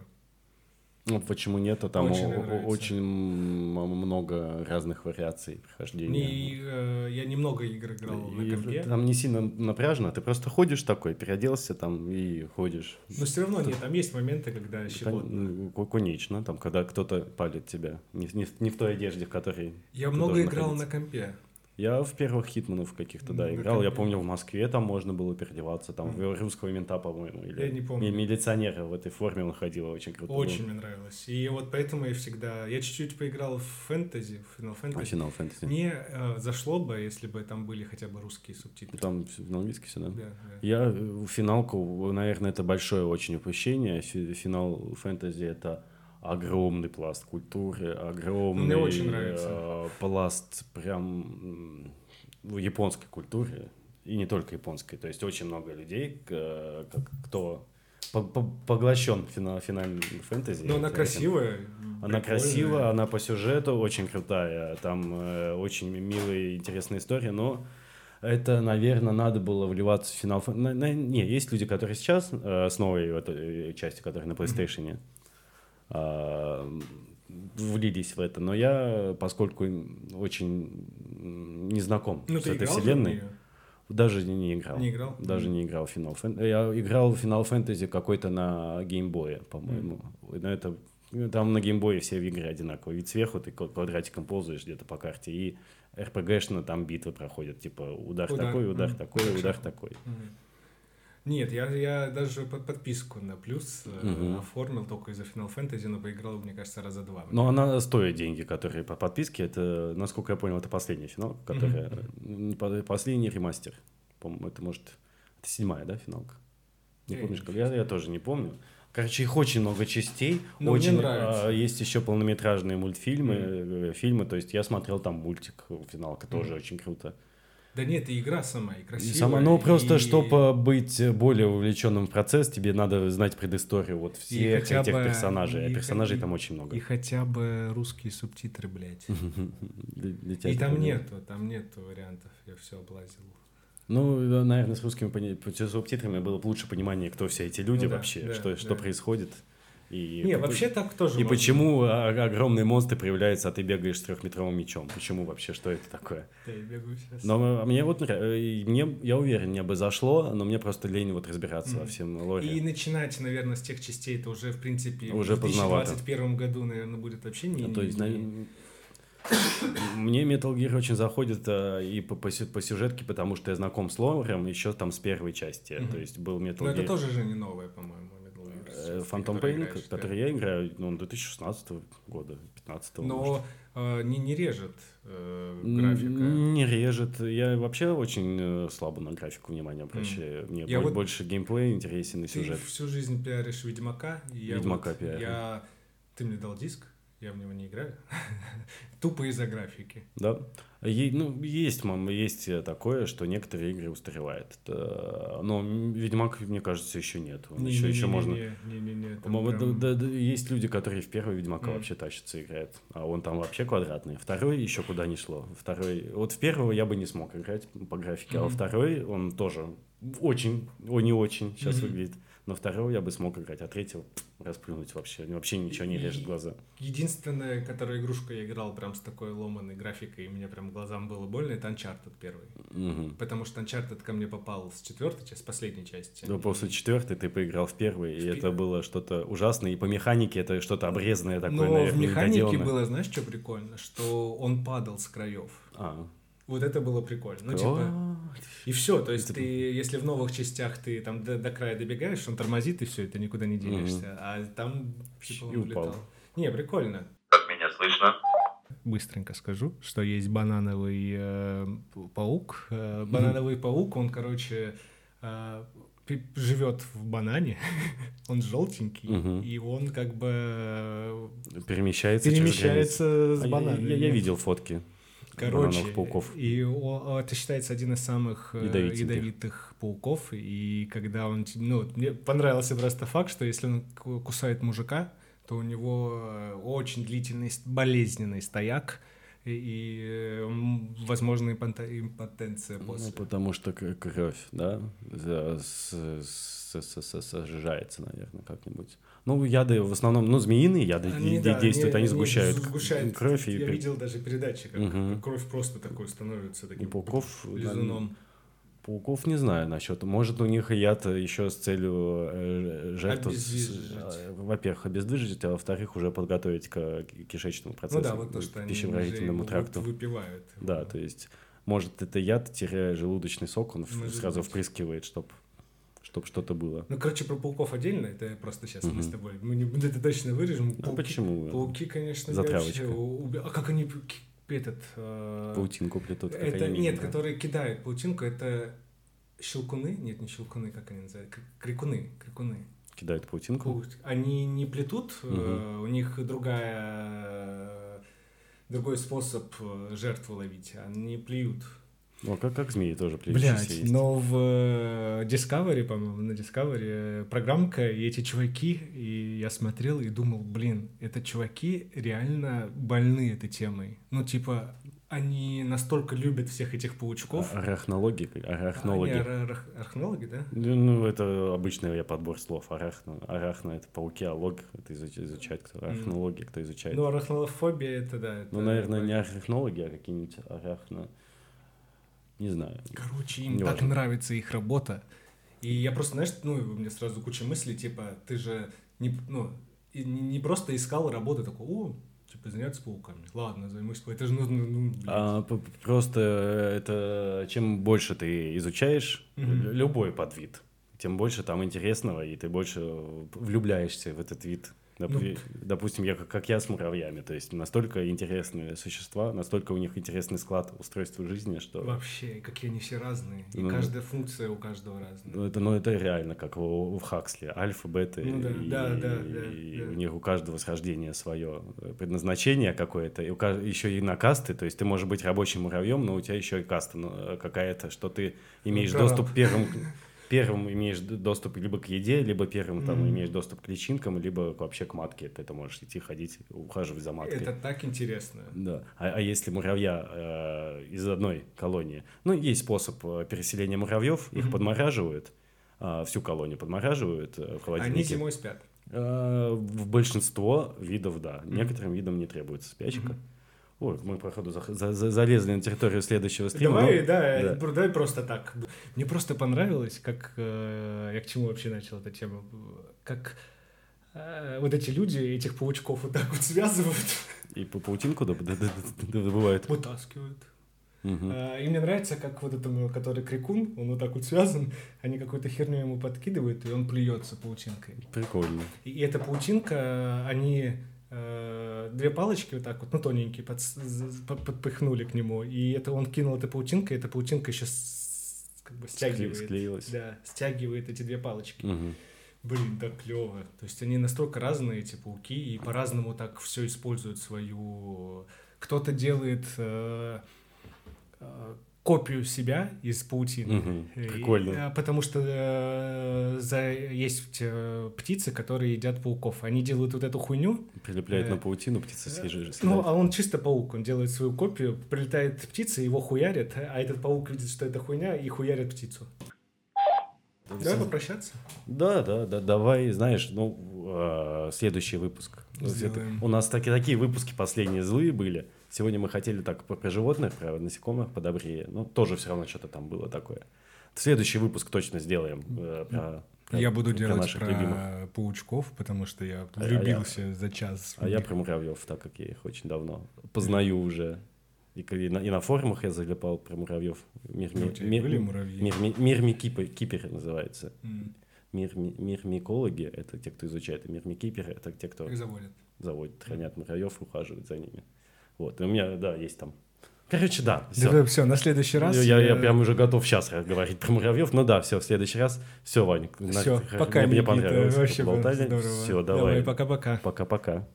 C: Ну, почему нет? А Там
B: Очень
C: о-
B: мне
C: о-
B: нравится.
C: очень м- много разных вариаций прохождения.
B: Не, э, я немного игр играл на
C: И
B: компе.
C: Там не сильно напряжно, ты просто ходишь такой, переоделся там и ходишь.
B: Но все равно нет, там есть моменты, когда щекотно.
C: Кон- ну, конечно, там, когда кто-то палит тебя. Не, не в- не в той одежде, в которой...
B: Я
C: ты
B: много
C: должен
B: играл на
C: находиться.
B: компе.
C: Я в первых хитманов каких-то, да,
B: На
C: играл. Я
B: компе.
C: помню, в Москве там можно было переодеваться, там в русского мента, по-моему, или...
B: Я не помню.
C: и милиционера в этой форме он ходил, очень круто. было.
B: Очень мне нравилось. И вот поэтому я всегда... Я чуть-чуть поиграл в фэнтези, в Final
C: А
B: Fantasy.
C: Final Fantasy?
B: Мне э, зашло бы, если бы там были хотя бы русские субтитры.
C: Там всё на английский все,
B: Да, да.
C: Я э, финалку, наверное, это большое очень упущение. Фи- Финал фэнтези это огромный пласт культуры, огромный
B: мне очень нравится.
C: э, пласт прям м, в японской культуры и не только японской. То есть очень много людей, к- э, как- кто по- по- поглощен фина- финальным фэнтези.
B: Но она
C: этим.
B: красивая.
C: Она
B: прикольная.
C: красивая, она по сюжету очень крутая, там э, очень милая и интересная история, но это, наверное, надо было вливаться в финал. Фэ- на- на- не, есть люди, которые сейчас э, с новой вот этой э, частью, которая на PlayStation, а, влились в это, но я, поскольку очень м, не знаком
B: Ну,
C: с
B: ты
C: этой
B: играл же в
C: вселенной,
B: неё?
C: даже не, не играл.
B: Не играл?
C: Даже не играл в Final Fantasy. Я играл в Final Fantasy какой-то на геймбое, по-моему. Но это ну, там на геймбое все в игры одинаковые. Ведь сверху ты ко- квадратиком ползаешь где-то по карте, и РПГшно там битвы проходят. Типа удар,
B: Удар.
C: такой, удар
B: Мгм.
C: такой,
B: Как
C: удар
B: шахмат.
C: такой.
B: Мгм. Нет, я, я даже под подписку на плюс э,
C: Мгм.
B: оформил только из-за Final Fantasy, но поиграл, мне кажется, раза два.
C: Но она стоит деньги, которые по подписке. Это, насколько я понял, это последний финал, который... не по- Последний ремастер. По-моему, это может... Это седьмая, да, финалка? Не
B: Я
C: помнишь?
B: Э, не
C: как? Я, я тоже не помню. Короче, их очень много частей.
B: Ну, мне
C: очень
B: нравится.
C: а, есть еще полнометражные мультфильмы, э, фильмы. То есть я смотрел там мультик э, финалка, тоже очень круто.
B: Да нет, и игра сама, и красивая.
C: И сама, ну, просто,
B: и-
C: чтобы быть более увлеченным в процесс, тебе надо знать предысторию вот всех
B: хотя
C: этих
B: бы-
C: персонажей.
B: и
C: а персонажей
B: хотя-
C: там очень много.
B: И хотя бы русские субтитры, блядь.
C: Для- для тебя
B: И
C: это
B: там
C: понятно.
B: нету, там нету вариантов, я все облазил.
C: Ну, да, наверное, с русскими пони- по- с субтитрами было бы лучше понимание, кто все эти люди
B: Ну да,
C: вообще,
B: да,
C: что, что
B: да.
C: происходит. И
B: Не,
C: какой-
B: вообще так тоже
C: И
B: можно.
C: почему о- огромный монстр появляется, а ты бегаешь с трехметровым мечом? Почему вообще? Что это такое?
B: Да, я бегу сейчас.
C: Но э, мне вот нрав- э, и мне, я уверен, мне бы зашло, но мне просто лень вот разбираться во
B: Мгм.
C: всем
B: И
C: лоре.
B: начинать, наверное, с тех частей, это уже, в принципе,
C: Уже
B: в
C: поздновато.
B: 2021 году, наверное, будет вообще не...
C: Ну, то есть,
B: не-
C: наверно, мне Metal Gear очень заходит э, и по, по сю- по сюжетке, потому что я знаком с лором еще там с первой части.
B: Мгм.
C: То есть был Metal
B: Но это
C: Gear.
B: тоже же не новое, по-моему, Metal Gear, собственно,
C: Фантом
B: который
C: Пейн,
B: играешь, да.
C: Э, который я играю, ну, он 2016 года, 2015
B: Но э, не, не режет э, графика.
C: Не режет. Я вообще очень э, слабо на графику внимания обращаю. Мне
B: Я
C: бо-
B: вот-
C: больше геймплей интересен и сюжет.
B: Ты всю жизнь пиаришь Ведьмака. И я
C: Ведьмака
B: вот-
C: пиарю.
B: я- Ты мне дал диск, я в него не играю. Тупо из-за графики.
C: Да. Е- ну, есть, мам, есть э, такое, что некоторые игры устаревают. Э, Но Ведьмак, мне кажется, еще нет. Он еще, еще Ну, можно.
B: Не-не-не. там
C: По-моему,
B: прям-
C: да- да- да, есть люди, которые в первый Ведьмака
B: Мгм.
C: вообще тащатся играют, а он там вообще квадратный. Второй еще куда ни шло. Второй, вот в первого я бы не смог играть по графике, а во
B: Мгм.
C: второй он тоже очень, он не очень сейчас
B: Мгм.
C: выглядит. Но второго я бы смог играть, а третьего пф, расплюнуть вообще, вообще ничего не
B: И-
C: режет глаза.
B: Единственная, которую игрушку я играл прям с такой ломаной графикой, и мне прям глазам было больно, это Uncharted первый.
C: Мгм.
B: Потому что Uncharted ко мне попал с четвертой части, с последней части.
C: Ну, после четвертой ты поиграл в первый, и
B: В пе-
C: это было что-то ужасное, и по механике это что-то обрезанное такое,
B: Но в
C: наверное,
B: механике
C: недоделанное.
B: было, знаешь, что прикольно? Что он падал с краев.
C: А.
B: Вот это было прикольно. Ну, типа,
C: О,
B: и все. То есть
C: Это-
B: ты, если в новых частях ты там до, до края добегаешь, он тормозит и все, и ты никуда не денешься. А там типа он
C: И упал.
B: улетал. Не, прикольно.
A: Как меня слышно?
B: быстренько скажу, что есть банановый э, п- паук. Э, банановый паук, он, короче, э, пи- живет в банане, он желтенький,
C: Мгм.
B: и он как бы э,
C: Перемещается, через границу.
B: перемещается с
C: А я-
B: бананами.
C: Я, я видел фотки.
B: Короче,
C: банановых пауков.
B: и о- это считается один из самых э,
C: Ядовитеньких.
B: ядовитых пауков. И когда он, ти- ну, вот мне понравился просто факт, что если он ку- кусает мужика, то у него э, очень длительный с- болезненный стояк и, и, э, м, возможно импота- импотенция
C: Ну,
B: после.
C: потому что к- кровь, да, за- с- с- с- с- сожжается, наверное, как-нибудь. Ну, яды в основном, ну, змеиные яды
B: Они,
C: де-
B: да,
C: действуют, они,
B: они
C: сгущают, к-
B: сгущают.
C: кровь и,
B: Я
C: пер-
B: видел даже передачи, как
C: Мгм.
B: кровь просто такой становится
C: и
B: таким
C: пауков. да,
B: лизуном. Ну
C: Пауков не знаю насчет. Может, у них яд еще с целью э, жертву, с-
B: Обездвижить.
C: э, во-первых, обездвижить, а во-вторых, уже подготовить к к кишечному процессу,
B: ну да, вот то,
C: к
B: что они уже
C: пищеварительному
B: его
C: тракту.
B: вот выпивают.
C: Да, то есть, может, это яд-желудочный сок, он в-
B: Может
C: сразу
B: быть.
C: впрыскивает, чтобы чтоб что-то было.
B: Ну, короче, про пауков отдельно, это просто сейчас мы
C: Мгм.
B: с тобой, мы не, это точно вырежем.
C: А почему?
B: Пауки, конечно,
C: Затравочка.
B: вообще уби- А как они п- к- этот... э,
C: Паутинку плетут. как
B: это,
C: они
B: нет,
C: именно.
B: которые кидают паутинку, это щелкуны? Нет, не щелкуны, как они называются? Кри- Крикуны, крикуны.
C: Кидают паутинку.
B: Паук- Они не плетут, э,
C: Мгм.
B: у них другая... э, Другой способ э, жертву ловить. Они плюют.
C: Ну, а как, как змеи тоже плетут.
B: Блять, но в э, Discovery, по-моему, на Discovery э, программка, и эти чуваки, и я смотрел и думал, блин, это чуваки реально больны этой темой. Ну, типа, они настолько любят всех этих паучков.
C: Арахнологи.
B: Они
C: Арахнологи.
B: ар- ар- архнологи, да?
C: Ну, ну, это обычный я подбор слов. Арахна. Арахна — это пауки, а лог — это изуч- изучает кто. Арахнологи — кто изучает.
B: Ну, арахнолофобия, это да. это-
C: Ну, наверное, не арахнологи, а какие-нибудь арахно... Не знаю.
B: Короче, им
C: Неважно.
B: так нравится их работа. И я просто, знаешь, ну, у меня сразу куча мыслей, типа, ты же не, ну, и не, не просто искал работу, такой, о, типа, заняться пауками. Ладно, займусь, пау- это же нужно, ну, блин.
C: А, п- просто это чем больше ты изучаешь
B: Мгм.
C: лю- любой подвид, тем больше там интересного, и ты больше влюбляешься в этот вид. Допу- Допустим, я, как- как я с муравьями, то есть настолько интересные существа, настолько у них интересный склад устройства жизни, что...
B: Вообще, какие они все разные. И
C: Ну.
B: каждая функция у каждого разная.
C: Ну это, ну, это реально, как у, у Хаксли, альфа, бета,
B: Ну да,
C: и,
B: да, да,
C: и
B: да, да.
C: у них у каждого с рождения свое предназначение какое-то, и у ка- еще и на касты, то есть ты можешь быть рабочим муравьем, но у тебя еще и каста ну, э, какая-то, что ты имеешь
B: прораб.
C: доступ первым, к- первым имеешь д- доступ либо к еде, либо первым там
B: Мгм.
C: имеешь доступ к личинкам, либо вообще к матке, ты это можешь идти ходить, ухаживать за маткой.
B: Это так интересно.
C: Да. А, а если муравья э, из одной колонии? Ну, есть способ э, переселения муравьев, их
B: Мгм.
C: подмораживают, а, всю колонию подмораживают э, в холодильнике.
B: Они зимой спят.
C: А, в большинство видов, да.
B: Мгм.
C: Некоторым видам не требуется спячка.
B: Мгм.
C: Ой, мы, походу, зах- за- за- залезли на территорию следующего стрима.
B: Давай,
C: но-
B: да,
C: да.
B: про- давай просто так. Мне просто понравилось, как э, я к чему вообще начал эту тему, как э, вот эти люди этих паучков вот так вот связывают,
C: И по паутинку доб- д- д- д- д- добывают.
B: вытаскивают.
C: Мгм.
B: Э, И мне нравится, как вот этому, который крикун, он вот так вот связан, они какую-то херню ему подкидывают, и он плюется паутинкой.
C: Прикольно.
B: И эта паутинка, они э, две палочки вот так вот, ну тоненькие, подс- з- под- подпихнули к нему. И это он кинул этой паутинкой, и эта паутинка еще с- как бы стягивает.
C: Скле- склеилась.
B: Да, стягивает эти две палочки.
C: Мгм.
B: Блин, так клево. То есть они настолько разные, эти пауки, и по-разному так все используют свою... Кто-то делает э, э, копию себя из паутины.
C: Мгм.
B: И,
C: Прикольно.
B: э, потому что э, за- есть э, птицы, которые едят пауков. Они делают вот эту хуйню.
C: Прилепляют на
B: э,
C: паутину, птицы съезжают.
B: Ну, а он чисто паук. Он делает свою копию, прилетает птица, его хуярит, а этот паук видит, что это хуйня, и хуярит птицу. а, Давай попрощаться.
C: Да, да, да, давай, знаешь, ну, э, следующий выпуск. Ну,
B: Сделаем.
C: это- У нас таки- такие выпуски последние злые были. Сегодня мы хотели так про, про животных, про насекомых подобрее. Ну, тоже все равно что-то там было такое. Следующий выпуск точно сделаем. э, про- про-
B: Я буду
C: про
B: делать
C: наших
B: про
C: любимых.
B: паучков, потому что я
C: А я-
B: влюбился за час. в
C: А я
B: них.
C: про муравьев, так как я их очень давно познаю уже. И, к- и на, и на форумах я залипал про муравьев. Мир,
B: Ну, у
C: ми-
B: тебя
C: мир-
B: были муравьи?
C: мир ми- мир Микипер- Кипер называется.
B: М,
C: Мир, ми- мир микологи — это те, кто изучает. И мир микиперы — это те, кто
B: Их заводят.
C: заводят, хранят муравьев, ухаживают за ними. Вот, и у меня, да, есть там. Короче, да, всё.
B: Давай, все, на следующий раз.
C: я, я
B: э,
C: прям уже готов сейчас говорить про муравьев. Ну да, все, в следующий раз. Все, Вань,
B: Всё, пока,
C: мне, мне
B: Никита,
C: понравилось.
B: вообще было
C: поболтали.
B: здорово.
C: Все, давай.
B: Давай, пока-пока.
C: Пока-пока.